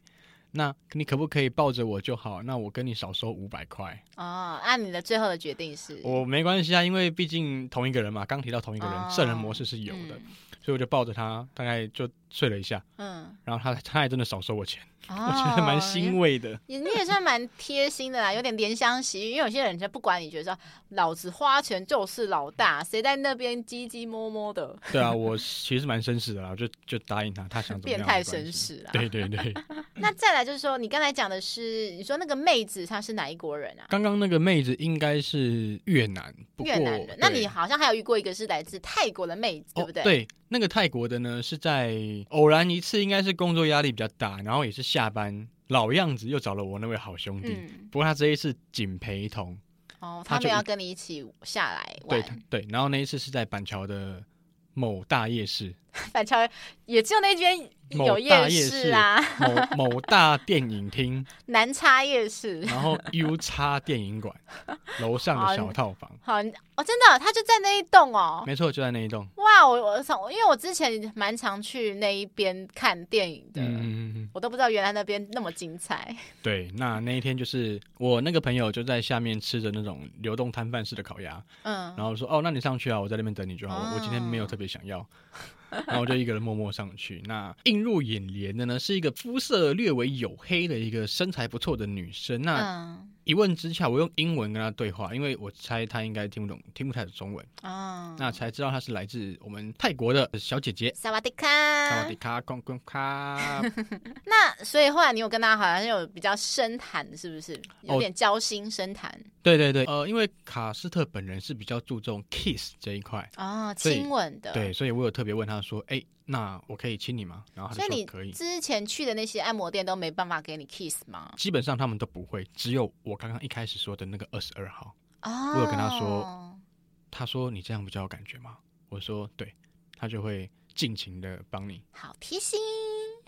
[SPEAKER 1] 那你可不可以抱着我就好？那我跟你少收五百块，
[SPEAKER 2] 哦，按、你的最后的决定是
[SPEAKER 1] 我没关系啊，因为毕竟同一个人嘛，刚提到同一个人，
[SPEAKER 2] 哦
[SPEAKER 1] 圣人模式是有的，所以我就抱着他，大概就睡了一下，
[SPEAKER 2] 嗯，
[SPEAKER 1] 然后他他还真的少收我钱，
[SPEAKER 2] 嗯
[SPEAKER 1] 我觉得蛮
[SPEAKER 2] 哦
[SPEAKER 1] 欣慰的。
[SPEAKER 2] 你你也算蛮贴心的啦，有点怜香惜玉。因为有些人就不管你，觉得说老子花钱就是老大，谁在那边唧唧摸摸的，
[SPEAKER 1] 对啊，我其实蛮绅士的啦，就就答应他，他想怎么
[SPEAKER 2] 变
[SPEAKER 1] 样
[SPEAKER 2] 态
[SPEAKER 1] 没关
[SPEAKER 2] 绅
[SPEAKER 1] 系。
[SPEAKER 2] 士啊。
[SPEAKER 1] 对对对，
[SPEAKER 2] 那再来就是说，你刚才讲的是，你说那个妹子她是哪一国人啊？
[SPEAKER 1] 刚刚那个妹子应该是越南，不过
[SPEAKER 2] 越南人。那
[SPEAKER 1] 对
[SPEAKER 2] 你好像还有遇过一个是来自泰国的妹子，对
[SPEAKER 1] 哦
[SPEAKER 2] 不对？
[SPEAKER 1] 对，那个泰国的呢，是在偶然一次，应该是工作压力比较大，然后也是下班，老样子又找了我那位好兄弟。
[SPEAKER 2] 嗯，
[SPEAKER 1] 不过他这一次仅陪同，
[SPEAKER 2] 哦，
[SPEAKER 1] 他
[SPEAKER 2] 他
[SPEAKER 1] 就
[SPEAKER 2] 们
[SPEAKER 1] 一
[SPEAKER 2] 要跟你一起下来
[SPEAKER 1] 对
[SPEAKER 2] 玩，
[SPEAKER 1] 他对，然后那一次是在板桥的某大夜市、
[SPEAKER 2] 板桥也只有那边
[SPEAKER 1] 某
[SPEAKER 2] 有
[SPEAKER 1] 大夜
[SPEAKER 2] 市啊， <laughs>
[SPEAKER 1] 某某大电影厅，
[SPEAKER 2] 南叉夜市。
[SPEAKER 1] 然后 U 叉电影馆楼上的小套房，
[SPEAKER 2] 好，你哦，真的，他就在那一栋哦。
[SPEAKER 1] 没错，就在那一栋。
[SPEAKER 2] 哇，我我想，因为我之前蛮常去那一边看电影的，
[SPEAKER 1] 嗯嗯嗯嗯，
[SPEAKER 2] 我都不知道原来那边那么精彩。
[SPEAKER 1] 对，那那一天就是我那个朋友就在下面吃着那种流动摊贩式的烤鸭，
[SPEAKER 2] 嗯，
[SPEAKER 1] 然后说哦，那你上去啊，我在那边等你就好。我我今天没有
[SPEAKER 2] 哦
[SPEAKER 1] 特别想要， <laughs> 然后我就一个人默默上去。那映入眼帘的呢，是一个肤色略微黝黑的一个身材不错的女生。那
[SPEAKER 2] 嗯
[SPEAKER 1] 一问之下，我用英文跟她对话，因为我猜她应该听不懂，听不太懂中文。
[SPEAKER 2] 啊，
[SPEAKER 1] 那才知道她是来自我们泰国的小姐姐。
[SPEAKER 2] 萨瓦迪
[SPEAKER 1] 萨
[SPEAKER 2] 卡
[SPEAKER 1] 瓦迪。卡，公公
[SPEAKER 2] <laughs>
[SPEAKER 1] 卡。
[SPEAKER 2] 那所以后来你有跟他好像有比较深谈，是不是？有
[SPEAKER 1] 哦
[SPEAKER 2] 点交心深谈
[SPEAKER 1] 对对对，呃，因为卡斯特本人是比较注重 kiss 这一块，
[SPEAKER 2] 哦，
[SPEAKER 1] 所以
[SPEAKER 2] 亲吻的。
[SPEAKER 1] 对，所以我有特别问她说，哎、那我可以亲你吗？然后她
[SPEAKER 2] 所以
[SPEAKER 1] 就
[SPEAKER 2] 你
[SPEAKER 1] 说可以。
[SPEAKER 2] 之前去的那些按摩店都没办法给你 kiss 吗？
[SPEAKER 1] 基本上他们都不会，只有我刚刚一开始说的那个二十二号，
[SPEAKER 2] 哦，
[SPEAKER 1] 我有跟他说，他说你这样比较有感觉吗？我说对，他就会尽情的帮你，
[SPEAKER 2] 好贴心。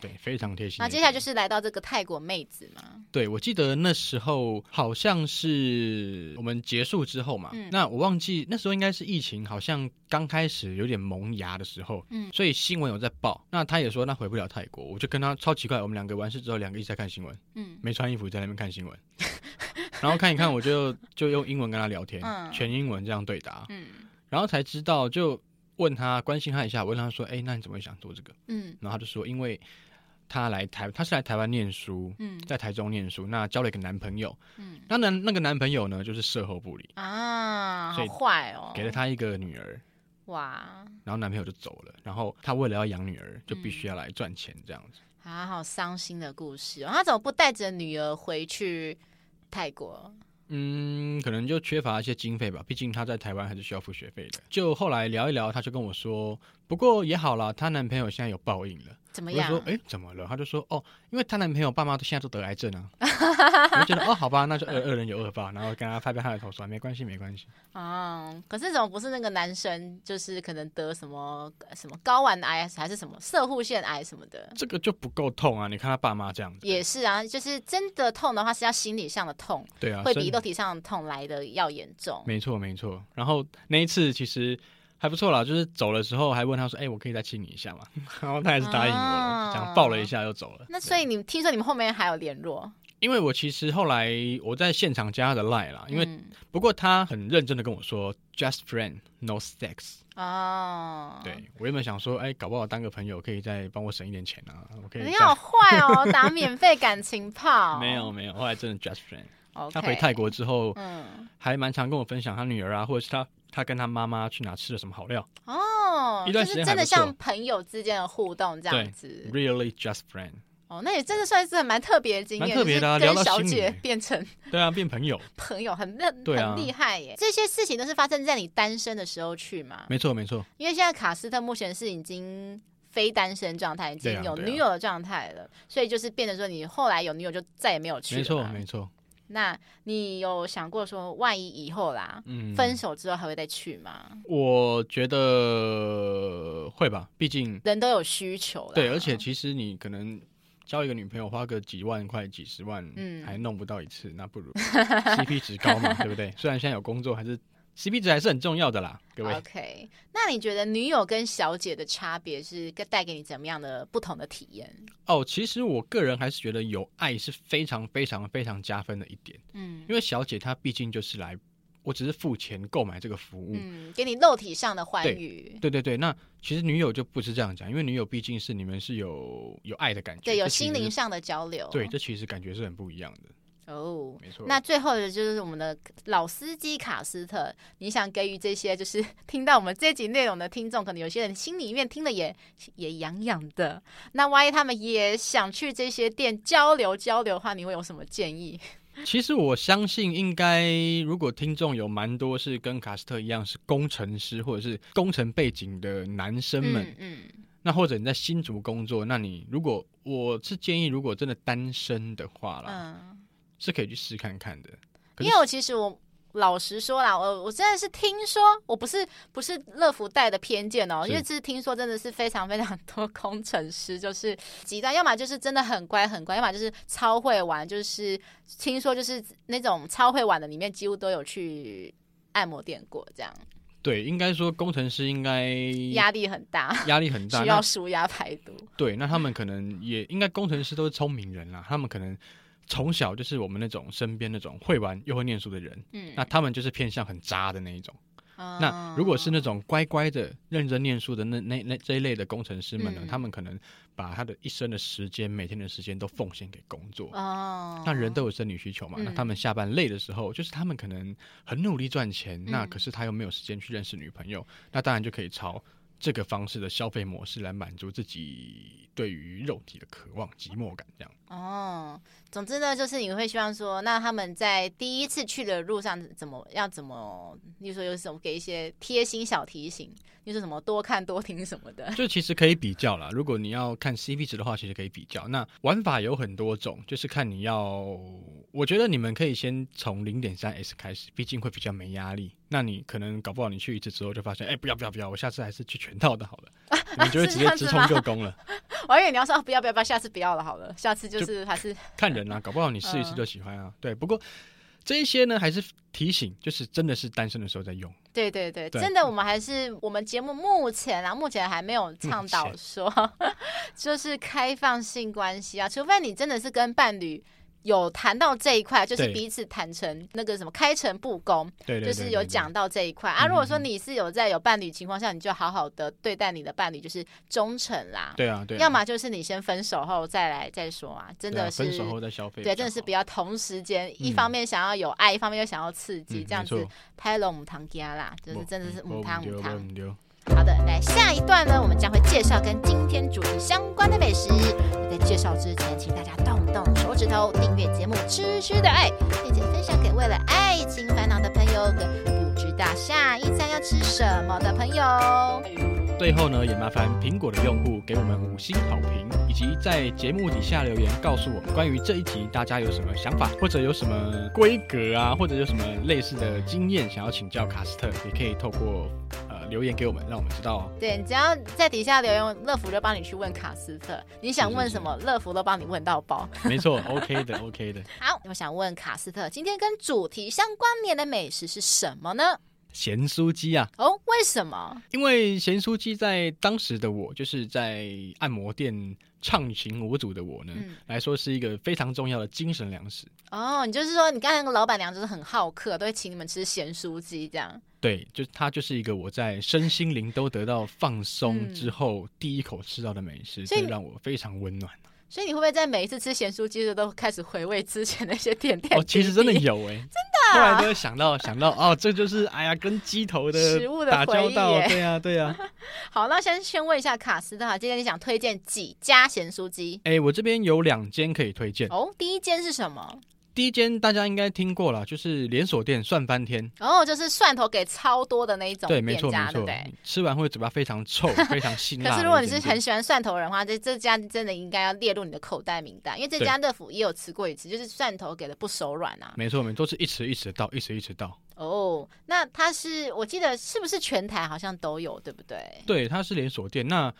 [SPEAKER 1] 对，非常贴心。
[SPEAKER 2] 然后接下来就是来到这个泰国妹子嘛，
[SPEAKER 1] 对，我记得那时候好像是我们结束之后嘛，
[SPEAKER 2] 嗯
[SPEAKER 1] 那我忘记那时候应该是疫情，好像刚开始有点萌芽的时候，
[SPEAKER 2] 嗯
[SPEAKER 1] 所以新闻有在报。那他也说他回不了泰国，我就跟他超奇怪，我们两个完事之后，两个一直在看新闻，
[SPEAKER 2] 嗯，
[SPEAKER 1] 没穿衣服在那边看新闻， <laughs> 然后看一看我就就用英文跟他聊天，
[SPEAKER 2] 嗯
[SPEAKER 1] 全英文这样对答，
[SPEAKER 2] 嗯
[SPEAKER 1] 然后才知道就问他关心他一下，我问他说，哎、那你怎么会想做这个？
[SPEAKER 2] 嗯
[SPEAKER 1] 然后他就说，因为他来台，他是来台湾念书，
[SPEAKER 2] 嗯
[SPEAKER 1] 在台中念书，那交了一个男朋友。
[SPEAKER 2] 嗯
[SPEAKER 1] 那男那个男朋友呢，就是售后部里，
[SPEAKER 2] 啊，
[SPEAKER 1] 所
[SPEAKER 2] 好
[SPEAKER 1] 以
[SPEAKER 2] 坏哦，
[SPEAKER 1] 给了她一个女儿，
[SPEAKER 2] 哇
[SPEAKER 1] 然后男朋友就走了，然后她为了要养女儿，就必须要来赚钱这样子。
[SPEAKER 2] 啊，好伤心的故事、哦。他怎么不带着女儿回去泰国？
[SPEAKER 1] 嗯，可能就缺乏一些经费吧，毕竟她在台湾还是需要付学费的。就后来聊一聊，她就跟我说，不过也好啦，她男朋友现在有报应了。
[SPEAKER 2] 怎么
[SPEAKER 1] 我就
[SPEAKER 2] 样
[SPEAKER 1] 说，？哎、怎么了？她就说，哦，因为她男朋友爸妈都现在都得癌症
[SPEAKER 2] <laughs>
[SPEAKER 1] 啊。我就觉得，哦，好吧，那就二二人有二报，然后跟她拍拍她的头说，没关系，没关系。
[SPEAKER 2] 啊，可是怎么不是那个男生？就是可能得什么什么睾丸癌还是什么射护腺癌什么的？
[SPEAKER 1] 这个就不够痛啊！你看她爸妈这样子，
[SPEAKER 2] 也是啊，就是真的痛的话是要心理上的痛，
[SPEAKER 1] 对啊，
[SPEAKER 2] 会
[SPEAKER 1] 真
[SPEAKER 2] 比
[SPEAKER 1] 的
[SPEAKER 2] 肉体上的痛来的要严重。
[SPEAKER 1] 没错，没错。然后那一次其实还不错啦，就是走的时候还问他说：“哎、我可以再亲你一下吗？” <laughs> 然后他还是答应我
[SPEAKER 2] 啊
[SPEAKER 1] 了，这样抱了一下就走了。啊
[SPEAKER 2] 那所以你听说你们后面还有联络？
[SPEAKER 1] 因为我其实后来我在现场加他的 line 啦，因为、
[SPEAKER 2] 嗯
[SPEAKER 1] 不过他很认真的跟我说 “just friend, no sex”、
[SPEAKER 2] 哦，
[SPEAKER 1] 对我原本想说，哎、搞不好当个朋友可以再帮我省一点钱啊，我可以
[SPEAKER 2] 你
[SPEAKER 1] 再。
[SPEAKER 2] 好坏哦，打免费感情炮。
[SPEAKER 1] <laughs> 没有没有，后来真的 just friend。
[SPEAKER 2] 哦，OK。
[SPEAKER 1] 他回泰，国之后，
[SPEAKER 2] 嗯，
[SPEAKER 1] 还蛮常跟我分享他女儿啊，或者是他他跟他妈妈去哪吃了什么好料。
[SPEAKER 2] 哦，
[SPEAKER 1] 一
[SPEAKER 2] 就
[SPEAKER 1] 段
[SPEAKER 2] 是
[SPEAKER 1] 时间
[SPEAKER 2] 真
[SPEAKER 1] 还
[SPEAKER 2] 的
[SPEAKER 1] 不错
[SPEAKER 2] 像朋友之间的互动这样子。
[SPEAKER 1] Really just friend。
[SPEAKER 2] 哦，那也真的算是蛮特别的经验，
[SPEAKER 1] 蛮特别的啊
[SPEAKER 2] 就是
[SPEAKER 1] 聊
[SPEAKER 2] 跟
[SPEAKER 1] 到
[SPEAKER 2] 小
[SPEAKER 1] 心里
[SPEAKER 2] 姐
[SPEAKER 1] 耶
[SPEAKER 2] 变成
[SPEAKER 1] 对啊，
[SPEAKER 2] <laughs>
[SPEAKER 1] 变朋友。
[SPEAKER 2] 朋友，很那
[SPEAKER 1] 对啊
[SPEAKER 2] 很厉害耶。这些事情都是发生在你单身的时候去嘛？
[SPEAKER 1] 没错，没错。
[SPEAKER 2] 因为现在卡斯特目前是已经非单身状态，已
[SPEAKER 1] 对
[SPEAKER 2] 经
[SPEAKER 1] 啊
[SPEAKER 2] 有
[SPEAKER 1] 对啊
[SPEAKER 2] 女友的状态了，所以就是变得说你后来有女友就再也没有去了。
[SPEAKER 1] 没错，没错。
[SPEAKER 2] 那你有想过说，万一以后啦，
[SPEAKER 1] 嗯，
[SPEAKER 2] 分手之后还会再去吗？
[SPEAKER 1] 我觉得会吧，毕竟
[SPEAKER 2] 人都有需求啦。
[SPEAKER 1] 对，而且其实你可能交一个女朋友花个几万块、几十万，
[SPEAKER 2] 嗯
[SPEAKER 1] 还弄不到一次，那不如 CP 值高
[SPEAKER 2] <laughs>
[SPEAKER 1] 嘛，对不对？虽然现在有工作，还是 CP 值还是很重要的啦，各位。
[SPEAKER 2] OK，那你觉得女友跟小姐的差别是带给你怎么样的不同的体验？
[SPEAKER 1] 哦，其实我个人还是觉得有爱是非常、非常、非常加分的一点，
[SPEAKER 2] 嗯
[SPEAKER 1] 因为小姐她毕竟就是来，我只是付钱购买这个服务，
[SPEAKER 2] 嗯，给你肉体上的欢愉，
[SPEAKER 1] 对对对，那其实女友就不是这样讲，因为女友毕竟是你们是有有爱的感觉，
[SPEAKER 2] 对，有
[SPEAKER 1] 这其
[SPEAKER 2] 心
[SPEAKER 1] 实
[SPEAKER 2] 灵
[SPEAKER 1] 是，
[SPEAKER 2] 上的交流。
[SPEAKER 1] 对，这其实感觉是很不一样的，
[SPEAKER 2] 哦。
[SPEAKER 1] 没错。
[SPEAKER 2] 那最后的就是我们的老司机卡斯特，你想给予这些就是 <laughs> 听到我们这集内容的听众，可能有些人心里面听的也也痒痒的。那万一他们也想去这些店交流交流的话，你会有什么建议？
[SPEAKER 1] 其实我相信，应该如果听众有蛮多是跟卡斯特一样是工程师或者是工程背景的男生们，
[SPEAKER 2] 嗯嗯
[SPEAKER 1] 那或者你在新竹工作，那你如果我是建议，如果真的单身的话啦，
[SPEAKER 2] 嗯，
[SPEAKER 1] 是可以去试看看的。可
[SPEAKER 2] 因
[SPEAKER 1] 是
[SPEAKER 2] 为我其实我。老实说啦，我我真的是听说，我不是不是乐福带的偏见哦、
[SPEAKER 1] 是
[SPEAKER 2] 因为这是听说真的是非常非常多工程师就是极端，要么就是真的很乖很乖，要么就是超会玩，就是听说就是那种超会玩的里面几乎都有去按摩店过，这样
[SPEAKER 1] 对，应该说工程师应该
[SPEAKER 2] 压力很大，
[SPEAKER 1] 压力很大，
[SPEAKER 2] 需
[SPEAKER 1] 那
[SPEAKER 2] 要舒压排毒。
[SPEAKER 1] 对，那他们可能也应该工程师都是聪明人啦，他们可能从小就是我们那种身边那种会玩又会念书的人，
[SPEAKER 2] 嗯
[SPEAKER 1] 那他们就是偏向很渣的那一种，那如果是那种乖乖的、认真念书的那那那这一类的工程师们呢，
[SPEAKER 2] 嗯
[SPEAKER 1] 他们可能把他的一生的时间、每天的时间都奉献给工作。
[SPEAKER 2] 哦，
[SPEAKER 1] 那人都有生理需求嘛，
[SPEAKER 2] 嗯
[SPEAKER 1] 那他们下班累的时候，就是他们可能很努力赚钱，那
[SPEAKER 2] 嗯
[SPEAKER 1] 可是他又没有时间去认识女朋友，那当然就可以朝这个方式的消费模式来满足自己对于肉体的渴望、寂寞感这样。
[SPEAKER 2] 哦，总之呢，就是你会希望说，那他们在第一次去的路上怎么要怎么，例如说有什么给一些贴心小提醒，例如说什么多看多听什么的。 <laughs>
[SPEAKER 1] 就其实可以比较啦，如果你要看 CP 值的话，其实可以比较。那玩法有很多种，就是看你要。我觉得你们可以先从零点三 S 开始，毕竟会比较没压力。那你可能搞不好你去一次之后就发现，哎、不要不要不要，我下次还是去全套的好
[SPEAKER 2] <laughs>
[SPEAKER 1] 了，你就会直接直冲就攻了。
[SPEAKER 2] 我还以为你要说、啊、不要不要不要，下次不要了好了，下次就是还是
[SPEAKER 1] 看人啊，搞不好你试一次就喜欢啊。
[SPEAKER 2] 嗯
[SPEAKER 1] 对，不过这一些呢，还是提醒，就是真的是单身的时候在用。
[SPEAKER 2] 对对对，
[SPEAKER 1] 对
[SPEAKER 2] 真的，我们还是我们节目目前啊，目前还没有倡导说， <laughs> 就是开放性关系啊，除非你真的是跟伴侣有谈到这一块，就是
[SPEAKER 1] 对
[SPEAKER 2] 彼此坦诚那个什么开诚布公，
[SPEAKER 1] 对对对
[SPEAKER 2] 就是有
[SPEAKER 1] 对对
[SPEAKER 2] 讲到这一块啊。
[SPEAKER 1] 嗯
[SPEAKER 2] 如果说你是有在有伴侣情况下，你就好好的对待你的伴侣，就是忠诚啦。
[SPEAKER 1] 对啊对啊，
[SPEAKER 2] 要么就是你先分手后再来再说啊，真
[SPEAKER 1] 对啊
[SPEAKER 2] 的是
[SPEAKER 1] 分手后再消费比较
[SPEAKER 2] 对，
[SPEAKER 1] 好，
[SPEAKER 2] 真的是比较同时间，一
[SPEAKER 1] 嗯
[SPEAKER 2] 方面想要有爱，一方面又想要刺激，
[SPEAKER 1] 嗯
[SPEAKER 2] 这样
[SPEAKER 1] 没
[SPEAKER 2] 子
[SPEAKER 1] 错嗯
[SPEAKER 2] 拍龙母汤家啦，就是真的是母汤母汤。
[SPEAKER 1] 汤。
[SPEAKER 2] 好的，来下一段呢，我们将会介绍跟今天主题相关的美食。那在介绍之前，请大家动动手指头，订阅节目《吃吃的爱》，并且分享给为了爱情烦恼的朋友跟不知道下一餐要吃什么的朋友。
[SPEAKER 1] 最后呢，也麻烦苹果的用户给我们五星好评，以及在节目底下留言告诉我们关于这一集大家有什么想法，或者有什么规格啊，或者有什么类似的经验想要请教卡斯特，也可以透过呃留言给我们，让我们知道哦。
[SPEAKER 2] 对，你只要在底下留言，乐福就帮你去问卡斯特，你想
[SPEAKER 1] 是
[SPEAKER 2] 问
[SPEAKER 1] 是
[SPEAKER 2] 什么，乐福都帮你问到爆。
[SPEAKER 1] 没错，OK 的，OK 的。
[SPEAKER 2] 好，我想问卡斯特，今天跟主题相关联的美食是什么呢？
[SPEAKER 1] 咸酥鸡啊，
[SPEAKER 2] 哦，为什么？
[SPEAKER 1] 因为咸酥鸡在当时的我，就是在按摩店畅行无阻的我呢，
[SPEAKER 2] 嗯
[SPEAKER 1] 来说是一个非常重要的精神粮食。
[SPEAKER 2] 哦，你就是说，你刚才那个老板娘就是很好客，都会请你们吃咸酥鸡这样。
[SPEAKER 1] 对，就它就是一个我在身心灵都得到放松
[SPEAKER 2] 嗯
[SPEAKER 1] 之后、第一口吃到的美食，
[SPEAKER 2] 所以
[SPEAKER 1] 这让我非常
[SPEAKER 2] <laughs>
[SPEAKER 1] 温暖。
[SPEAKER 2] 所以你会不会在每一次吃咸酥鸡的时候都开始回味之前的一些点点滴滴？
[SPEAKER 1] 哦，其实真的有哎、
[SPEAKER 2] <laughs>
[SPEAKER 1] 真的、后
[SPEAKER 2] 啊
[SPEAKER 1] 来都会想到想到哦，这就是哎呀，跟鸡头的
[SPEAKER 2] 食物的
[SPEAKER 1] 打交道
[SPEAKER 2] 回忆，耶
[SPEAKER 1] 对呀、对啊
[SPEAKER 2] <laughs>
[SPEAKER 1] 呀、
[SPEAKER 2] 好，那先先问一下卡斯特哈，今天你想推荐几家咸酥鸡？
[SPEAKER 1] 哎、我这边有两间可以推荐，
[SPEAKER 2] 哦，第一间是什么？
[SPEAKER 1] 第一间大家应该听过了，就是连锁店蒜翻天，
[SPEAKER 2] 哦，就是蒜头给超多的那一种
[SPEAKER 1] 对，
[SPEAKER 2] 店
[SPEAKER 1] 没错没
[SPEAKER 2] 家，对
[SPEAKER 1] 错
[SPEAKER 2] 不对？，
[SPEAKER 1] 吃完会嘴巴非常臭，非常辛辣
[SPEAKER 2] <laughs> 可
[SPEAKER 1] 的一间店。
[SPEAKER 2] 是如果你是很喜欢蒜头的人的话，这这家真的应该要列入你的口袋名单，因为这家乐福也有吃过一次，就是蒜头给的不手软啊。
[SPEAKER 1] 没错没错，是一匙一匙到，一匙一匙到。
[SPEAKER 2] 哦，那它是我记得是不是全台好像都有，对不对？
[SPEAKER 1] 对，它是连锁店。那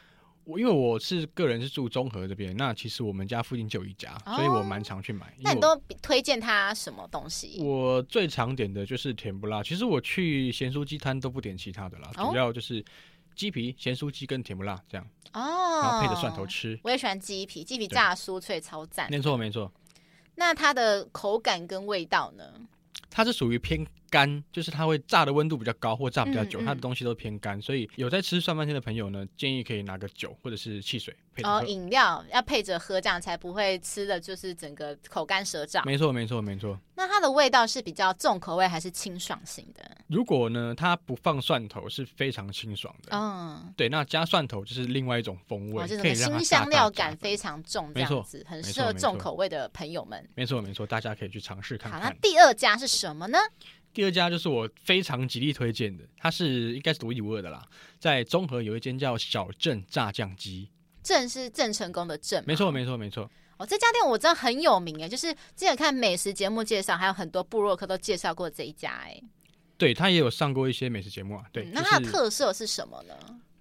[SPEAKER 1] 我因为我是个人是住中和这边，那其实我们家附近就有一家，
[SPEAKER 2] 哦
[SPEAKER 1] 所以我蛮常去买。因
[SPEAKER 2] 那
[SPEAKER 1] 为
[SPEAKER 2] 你
[SPEAKER 1] 我
[SPEAKER 2] 都比推荐它什么东西？
[SPEAKER 1] 我最常点的就是甜不辣。其实我去咸酥鸡摊都不点其他的啦，
[SPEAKER 2] 哦
[SPEAKER 1] 主要就是鸡皮、咸酥鸡跟甜不辣这样，然
[SPEAKER 2] 哦
[SPEAKER 1] 后，配着蒜头。吃。
[SPEAKER 2] 我也喜欢鸡皮，鸡皮炸酥脆超赞。
[SPEAKER 1] 没错没错，
[SPEAKER 2] 那它的口感跟味道呢？
[SPEAKER 1] 它是属于偏干，就是它会炸的温度比较高或炸比较久，
[SPEAKER 2] 嗯嗯
[SPEAKER 1] 它的东西都偏干，所以有在吃蒜半天的朋友呢，建议可以拿个酒或者是汽水配着
[SPEAKER 2] 哦，
[SPEAKER 1] 喝。
[SPEAKER 2] 饮料要配着喝，这样才不会吃的就是整个口干舌燥。
[SPEAKER 1] 没错没错没错。
[SPEAKER 2] 那它的味道是比较重口味还是清爽型的？
[SPEAKER 1] 如果呢，它不放蒜头是非常清爽的。
[SPEAKER 2] 嗯，
[SPEAKER 1] 对，那加蒜头就是另外一种风味，
[SPEAKER 2] 哦，就什
[SPEAKER 1] 可以
[SPEAKER 2] 么
[SPEAKER 1] 让它
[SPEAKER 2] 新
[SPEAKER 1] 大
[SPEAKER 2] 香
[SPEAKER 1] 大
[SPEAKER 2] 料
[SPEAKER 1] 加
[SPEAKER 2] 感
[SPEAKER 1] 分
[SPEAKER 2] 非常重，这
[SPEAKER 1] 没错
[SPEAKER 2] 样子很
[SPEAKER 1] 没
[SPEAKER 2] 适
[SPEAKER 1] 错
[SPEAKER 2] 合
[SPEAKER 1] 没
[SPEAKER 2] 重
[SPEAKER 1] 错
[SPEAKER 2] 口味的朋友们。
[SPEAKER 1] 没错没错，大家可以去尝试看
[SPEAKER 2] 好，那
[SPEAKER 1] 看。
[SPEAKER 2] 第二家是什么呢？
[SPEAKER 1] 第二家就是我非常极力推荐的，它是应该是独一无二的啦，在中和有一间叫小镇炸酱鸡，
[SPEAKER 2] 哦郑是郑成功的郑，
[SPEAKER 1] 没。错没错没错，
[SPEAKER 2] 哦，这家店我知道很有名诶，欸就是之前看美食节目介绍，还有很多部落客都介绍过这一家诶。
[SPEAKER 1] 对，它也有上过一些美食节目啊，对，
[SPEAKER 2] 嗯
[SPEAKER 1] 就
[SPEAKER 2] 那它的
[SPEAKER 1] 是
[SPEAKER 2] 特色是什么呢？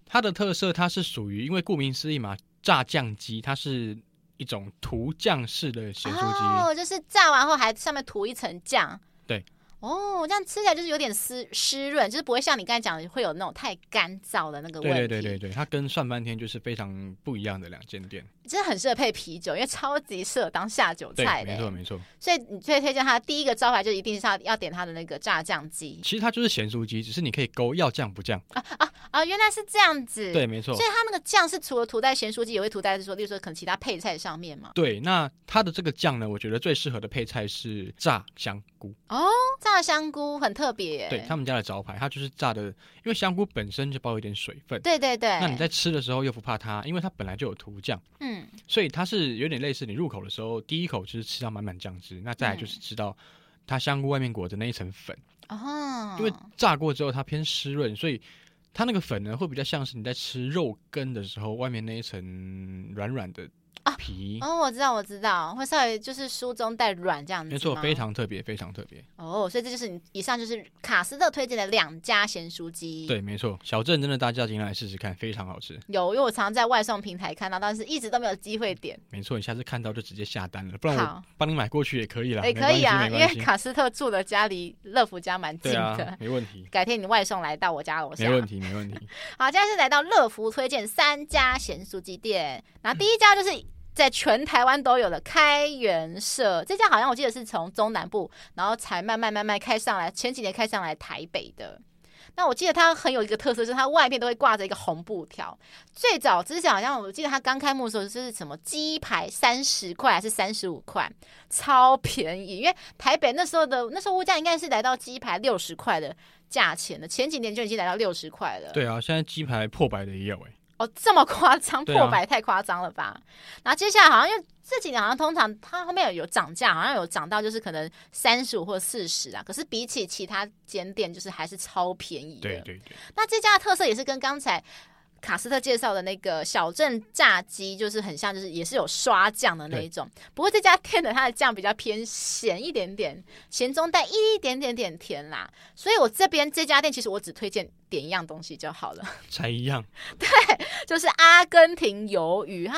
[SPEAKER 1] 它的特色，它是属于因为顾名思义嘛，炸酱鸡它是一种涂酱式的咸酥鸡，
[SPEAKER 2] 哦，就是炸完后还上面涂一层酱。
[SPEAKER 1] 对。
[SPEAKER 2] 哦，这样吃起来就是有点湿湿润，就是不会像你刚才讲的会有那种太干燥的那个问
[SPEAKER 1] 对
[SPEAKER 2] 题。
[SPEAKER 1] 对对对对，它跟涮半天就是非常不一样的两间店。
[SPEAKER 2] 真的很适合配啤酒，因为超级适合当下酒
[SPEAKER 1] 对
[SPEAKER 2] 菜，的
[SPEAKER 1] 没
[SPEAKER 2] 欸。
[SPEAKER 1] 错没错。
[SPEAKER 2] 所以你最推荐它的第一个招牌就一定是要要点它的那个炸酱鸡
[SPEAKER 1] 其实它就是咸酥鸡，只是你可以勾要酱不酱。
[SPEAKER 2] 啊，原来是这样子。
[SPEAKER 1] 对，，没错
[SPEAKER 2] 所。以它那个酱是除了涂在咸酥鸡，也会涂在说，例如说可能其他配菜上面嘛。
[SPEAKER 1] 对，那它的这个酱呢，我觉得最适合的配菜是炸香菇，
[SPEAKER 2] 炸香菇很特别耶。
[SPEAKER 1] 对他们家的招牌，它就是炸的，因为香菇本身就包有一点水分，
[SPEAKER 2] 对对对。
[SPEAKER 1] 那你在吃的时候又不怕它，因为它本来就有涂酱，
[SPEAKER 2] 嗯
[SPEAKER 1] 所以它是有点类似你入口的时候，第一口就是吃到满满酱汁，那再来
[SPEAKER 2] 嗯
[SPEAKER 1] 就是吃到它香菇外面裹的那一层粉，
[SPEAKER 2] 哦，
[SPEAKER 1] 因为炸过之后它偏湿润，所以。它那个粉呢，会比较像是你在吃肉羹的时候，外面那一层软软的
[SPEAKER 2] 啊
[SPEAKER 1] 皮，
[SPEAKER 2] 哦，我知道，我知道，会稍微就是酥中带软这样子吗。
[SPEAKER 1] 没错，非常特别，非常特别。
[SPEAKER 2] 哦，所以这就是你以上就是卡斯特推荐的两家咸酥鸡。，
[SPEAKER 1] 对，没错，小镇真的大家进来试试看，非常好吃。
[SPEAKER 2] 有，因为我常在外送平台看到，但是一直都没有机会点。
[SPEAKER 1] 没错，你下次看到就直接下单了，不然
[SPEAKER 2] 好
[SPEAKER 1] 我帮你买过去也可以啦。
[SPEAKER 2] 哎、
[SPEAKER 1] 没
[SPEAKER 2] 可以啊，
[SPEAKER 1] 关
[SPEAKER 2] 因
[SPEAKER 1] 系没关
[SPEAKER 2] 为
[SPEAKER 1] 系
[SPEAKER 2] 卡斯特住的家离乐福家蛮近
[SPEAKER 1] 对
[SPEAKER 2] 的。
[SPEAKER 1] 啊，没问题，
[SPEAKER 2] 改天你外送来到我家楼下
[SPEAKER 1] 没。问题，没
[SPEAKER 2] <laughs>
[SPEAKER 1] 问题。
[SPEAKER 2] 好，现在是来到乐福推荐三家咸酥鸡店，然后第一家就是在全台湾都有的开元社，这家好像我记得是从中南部，然后才慢慢慢慢开上来，前几年开上来台北的。那我记得它很有一个特色，就是它外面都会挂着一个红布条。最早之前好像我记得它刚开幕的时候就是什么鸡排三十块还是三十五块，超便宜。因为台北那时候的那时候物价应该是来到鸡排六十块的价钱了，前几年就已经来到六十块了。
[SPEAKER 1] 对啊，现在鸡排破百的也有哎、
[SPEAKER 2] 哦，这么夸张，
[SPEAKER 1] 对啊
[SPEAKER 2] 破百太夸张了吧？然后接下来好像因为这几年好像通常它后面有有涨价，好像有涨到就是可能三十五或四十啊，可是比起其他间店就是还是超便宜的。
[SPEAKER 1] 对对对，
[SPEAKER 2] 那这家的特色也是跟刚才卡斯特介绍的那个小镇炸鸡就是很像，就是也是有刷酱的那一种。不过这家店的它的酱比较偏咸一点点，咸中带一点点点甜啦。所以我这边这家店其实我只推荐点一样东西就好了。
[SPEAKER 1] 才一样。
[SPEAKER 2] 就是阿根廷鱿鱼，它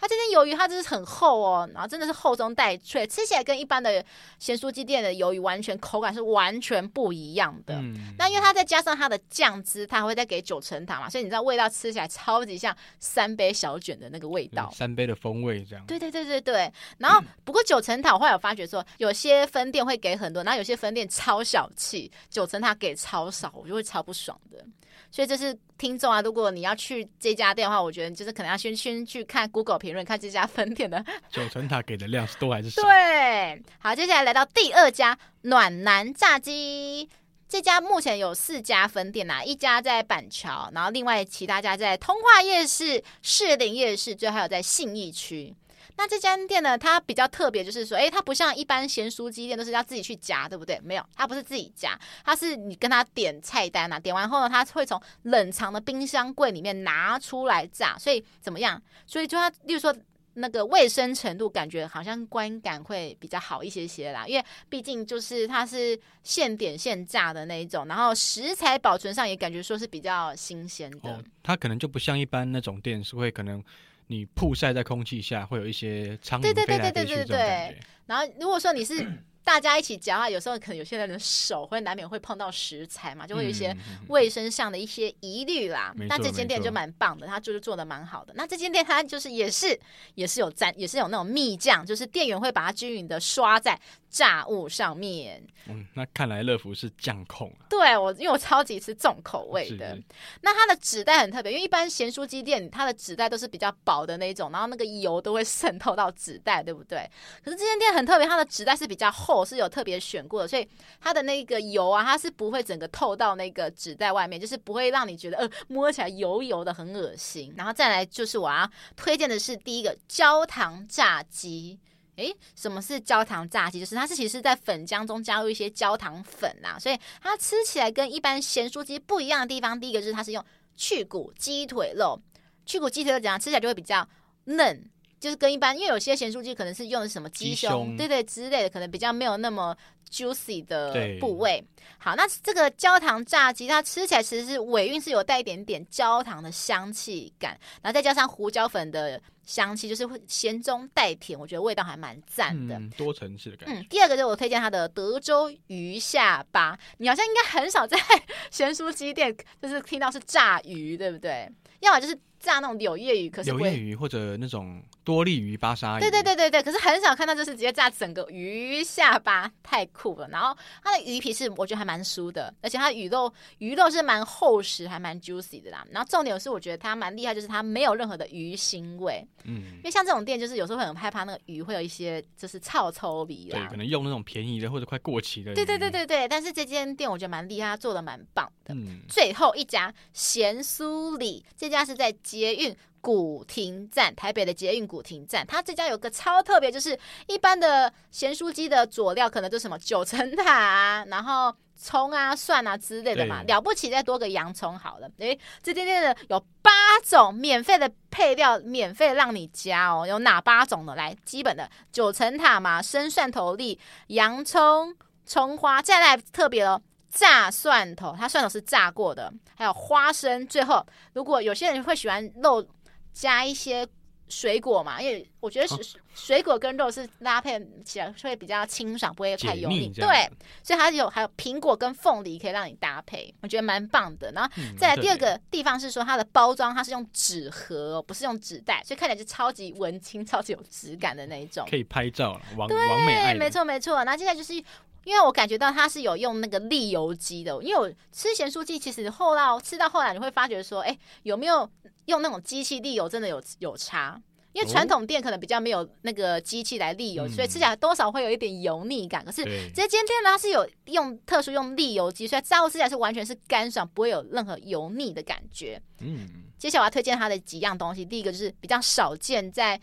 [SPEAKER 2] 它这件鱿鱼它就是很厚哦，然后真的是厚中带脆，吃起来跟一般的咸酥鸡店的鱿鱼完全口感是完全不一样的。
[SPEAKER 1] 嗯，
[SPEAKER 2] 那因为它再加上它的酱汁，它还会再给九层塔嘛，所以你知道味道吃起来超级像三杯小卷的那个味道
[SPEAKER 1] 嗯。三杯的风味这样。嗯
[SPEAKER 2] 对对对对对，然后不过九层塔我后来有发觉说，有些分店会给很多，然后有些分店超小气，九层塔给超少，我就会超不爽的。所以就是听众啊，如果你要去这家店的话，我觉得你就是可能要先先去看 Google 评论，看这家分店的。
[SPEAKER 1] 九层塔给的量是多还是少？
[SPEAKER 2] 对，好，接下来来到第二家暖男炸鸡。这家目前有四家分店呐、一家在板桥，然后另外其他家在通化夜市、士林夜市，最后还有在信义区。那这家店呢，它比较特别，就是说，诶，它不像一般咸酥鸡店都是要自己去夹，对不对？没有，它不是自己夹，它是你跟他点菜单啊，点完后呢，它会从冷藏的冰箱柜里面拿出来炸，所以怎么样？所以就它，例如说那个卫生程度，感觉好像观感会比较好一些些啦，因为毕竟就是它是现点现炸的那一种，然后食材保存上也感觉说是比较新鲜的。
[SPEAKER 1] 哦，它可能就不像一般那种店是会可能你曝晒在空气下会有一些苍
[SPEAKER 2] 对对
[SPEAKER 1] 蝇
[SPEAKER 2] 对
[SPEAKER 1] 飞来
[SPEAKER 2] 对
[SPEAKER 1] 飞
[SPEAKER 2] 对对
[SPEAKER 1] 去这种感觉。
[SPEAKER 2] 然后如果说你是大家一起夹啊，有时候可能有些人的手会难免会碰到食材嘛，就会有一些
[SPEAKER 1] 嗯嗯嗯
[SPEAKER 2] 卫生上的一些疑虑啦
[SPEAKER 1] 没。
[SPEAKER 2] 那
[SPEAKER 1] 错
[SPEAKER 2] 这间
[SPEAKER 1] 没
[SPEAKER 2] 店就
[SPEAKER 1] 错
[SPEAKER 2] 蛮棒的，它就是做的蛮好的。那这间店它就是也是也是有沾，也是有那种蜜酱，就是店员会把它均匀的刷在炸物上面。
[SPEAKER 1] 嗯，那看来乐福是酱控啊，
[SPEAKER 2] 对我，因为我超级吃重口味
[SPEAKER 1] 是
[SPEAKER 2] 的
[SPEAKER 1] 是。嗯
[SPEAKER 2] 那它的纸袋很特别，因为一般咸酥鸡店它的纸袋都是比较薄的那一种，然后那个油都会渗透到纸袋，对不对？可是这间店很特别，它的纸袋是比较厚，是有特别选过的，所以它的那个油啊，它是不会整个透到那个纸袋外面，就是不会让你觉得呃摸起来油油的很恶心。然后再来就是我要推荐的是第一个焦糖炸鸡。诶，什么是焦糖炸鸡？就是它是其实在粉浆中加入一些焦糖粉啦、所以它吃起来跟一般咸酥鸡不一样的地方，第一个就是它是用去骨鸡腿肉，去骨鸡腿肉怎样吃起来就会比较嫩，就是跟一般，因为有些咸酥鸡可能是用的什么鸡
[SPEAKER 1] 鸡
[SPEAKER 2] 胸，
[SPEAKER 1] 胸
[SPEAKER 2] 对对之类的，可能比较没有那么 juicy 的
[SPEAKER 1] 对
[SPEAKER 2] 部位。好，那这个焦糖炸鸡，它吃起来其实是尾韵是有带一点点焦糖的香气感，然后再加上胡椒粉的香气，就是会咸中带甜，我觉得味道还蛮赞的。
[SPEAKER 1] 嗯，多层次的感觉。
[SPEAKER 2] 嗯，第二个就是我推荐它的德州鱼下巴，你好像应该很少在 <laughs> 咸酥鸡店就是听到是炸鱼，对不对？要么就是炸那种柳叶鱼，可是
[SPEAKER 1] 柳
[SPEAKER 2] 不
[SPEAKER 1] 叶
[SPEAKER 2] 会。
[SPEAKER 1] 鱼或者那种多利鱼、巴沙鱼，
[SPEAKER 2] 对对对对对，可是很少看到就是直接炸整个鱼下巴，太酷了。然后它的鱼皮是我觉得还蛮酥的，而且它的鱼肉鱼肉是蛮厚实，还蛮 juicy 的啦。然后重点是我觉得它蛮厉害，就是它没有任何的鱼腥味，
[SPEAKER 1] 嗯
[SPEAKER 2] 因，为像这种店就是有时候会很害怕那个鱼会有一些就是臭臭味啦
[SPEAKER 1] 对，可能用那种便宜的或者快过期的，
[SPEAKER 2] 对对对，对对，但是这间店我觉得蛮厉害，它做的蛮棒的。
[SPEAKER 1] 嗯，
[SPEAKER 2] 最后一家咸酥里，这家是在捷运。古亭站，台北的捷运古亭站，它这家有个超特别，就是一般的咸酥鸡的佐料可能就是什么九层塔啊，然后葱啊、蒜啊之类的嘛，
[SPEAKER 1] 对
[SPEAKER 2] 了不起再多个洋葱好了。诶，这间店的有八种免费的配料，免费让你加哦，有哪八种呢？来，基本的九层塔嘛，生蒜头粒、洋葱、葱花，再来特别哦，炸蒜头，它蒜头是炸过的，还有花生。最后，如果有些人会喜欢肉加一些水果嘛，因为我觉得水、水果跟肉是搭配起来会比较清爽，不会太
[SPEAKER 1] 解
[SPEAKER 2] 油腻。
[SPEAKER 1] 腻这样
[SPEAKER 2] 对
[SPEAKER 1] 子，，
[SPEAKER 2] 所以它有还有苹果跟凤梨可以让你搭配，我觉得蛮棒的。然后
[SPEAKER 1] 嗯
[SPEAKER 2] 再来
[SPEAKER 1] 对
[SPEAKER 2] 第二个地方是说它的包装它是用纸盒哦，不是用纸袋，所以看起来就超级文青、超级有质感的那一种。
[SPEAKER 1] 可以拍照了，王王美爱
[SPEAKER 2] 对，
[SPEAKER 1] 人
[SPEAKER 2] 没，错没错。然后接下来就是。因为我感觉到它是有用那个沥油机的，因为我吃咸酥鸡，其实后来吃到后来，你会发觉说，哎，有没有用那种机器沥油，真的有有差。因为
[SPEAKER 1] 哦
[SPEAKER 2] 传统店可能比较没有那个机器来沥油，所以
[SPEAKER 1] 嗯
[SPEAKER 2] 吃起来多少会有一点油腻感。可是
[SPEAKER 1] 对，
[SPEAKER 2] 这间店呢，它是有用特殊用沥油机，所以炸物吃起来是完全是干爽，不会有任何油腻的感觉。
[SPEAKER 1] 嗯，
[SPEAKER 2] 接下来我要推荐它的几样东西，第一个就是比较少见，在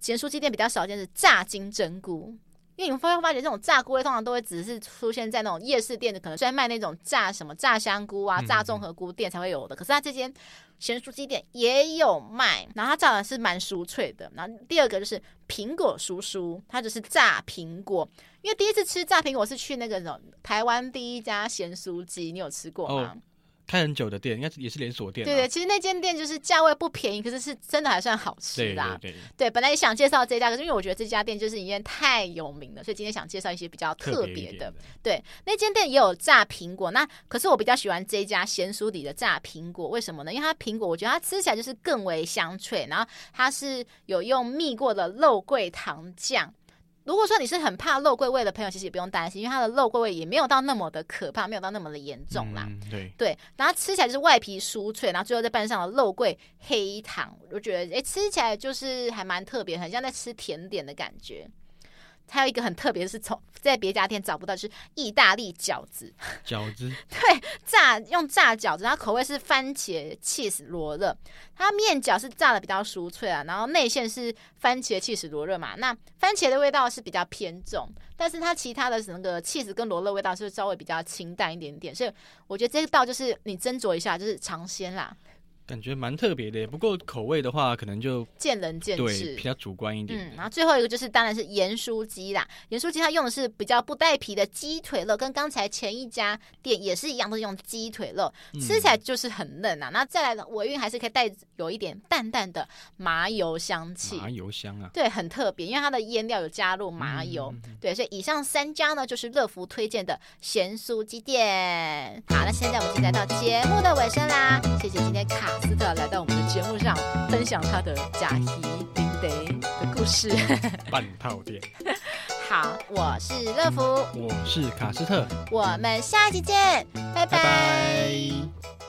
[SPEAKER 2] 咸酥鸡店比较少见是炸金针菇。因为你们会发觉，这种炸菇类通常都会只是出现在那种夜市店的，可能在卖那种炸什么炸香菇啊、
[SPEAKER 1] 嗯
[SPEAKER 2] 炸综合菇店才会有的。可是它这间咸酥鸡店也有卖，然后它炸的是蛮酥脆的。然后第二个就是苹果酥酥，它就是炸苹果。因为第一次吃炸苹果是去那个什么台湾第一家咸酥鸡，你有吃过吗？
[SPEAKER 1] 哦开很久的店，应该是也是连锁店
[SPEAKER 2] 对
[SPEAKER 1] 啦，
[SPEAKER 2] 对，其实那间店就是价位不便宜，可是是真的还算好吃
[SPEAKER 1] 对
[SPEAKER 2] 啦。
[SPEAKER 1] 对对，
[SPEAKER 2] 对本来也想介绍这家，可是因为我觉得这家店就是因为太有名了，所以今天想介绍一些比较特
[SPEAKER 1] 别一
[SPEAKER 2] 别
[SPEAKER 1] 点
[SPEAKER 2] 的。，对，那间店也有炸苹果，那可是我比较喜欢这一家咸酥里的炸苹果，为什么呢？因为它苹果我觉得它吃起来就是更为香脆，然后它是有用蜜过的肉桂糖酱。如果说你是很怕肉桂味的朋友，其实也不用担心，因为它的肉桂味也没有到那么的可怕，没有到那么的严重啦。
[SPEAKER 1] 嗯，对，
[SPEAKER 2] 对，然后吃起来就是外皮酥脆，然后最后再拌上了肉桂黑糖，我就觉得诶，吃起来就是还蛮特别，很像在吃甜点的感觉。还有一个很特别的是从在别家店找不到，就是意大利饺子，
[SPEAKER 1] 饺子，
[SPEAKER 2] 炸用炸饺子，它口味是番茄 cheese 罗勒，它面饺是炸的比较酥脆啊，然后内馅是番茄 cheese 罗勒嘛，那番茄的味道是比较偏重，但是它其他的那个 cheese 跟罗勒味道是稍微比较清淡一点点，所以我觉得这道就是你斟酌一下，就是尝鲜啦，
[SPEAKER 1] 感觉蛮特别的耶。不过口味的话，可能就
[SPEAKER 2] 见仁见
[SPEAKER 1] 对
[SPEAKER 2] 智
[SPEAKER 1] 比。较主观一点
[SPEAKER 2] 嗯，。然后最后一个就是当然是盐酥鸡啦，盐酥鸡它用的是比较不带皮的鸡腿肉，跟刚才前一家店也是一样，都是用鸡腿肉，
[SPEAKER 1] 嗯
[SPEAKER 2] 吃起来就是很嫩啊。那再来呢，尾韵还是可以带有一点淡淡的麻油香气，
[SPEAKER 1] 麻油香啊，
[SPEAKER 2] 对，很特别，因为它的腌料有加入麻油。对，所以以上三家呢，就是乐福推荐的咸酥鸡店。好，那现在我们就来到节目的尾声啦，谢谢今天卡斯特来到我们的节目上，分享他的假期丁得的故事。 <laughs>
[SPEAKER 1] 半套店。
[SPEAKER 2] 好，我是乐福，
[SPEAKER 1] 我是卡斯特，
[SPEAKER 2] 我们下期见，拜
[SPEAKER 1] 拜
[SPEAKER 2] 拜
[SPEAKER 1] 拜。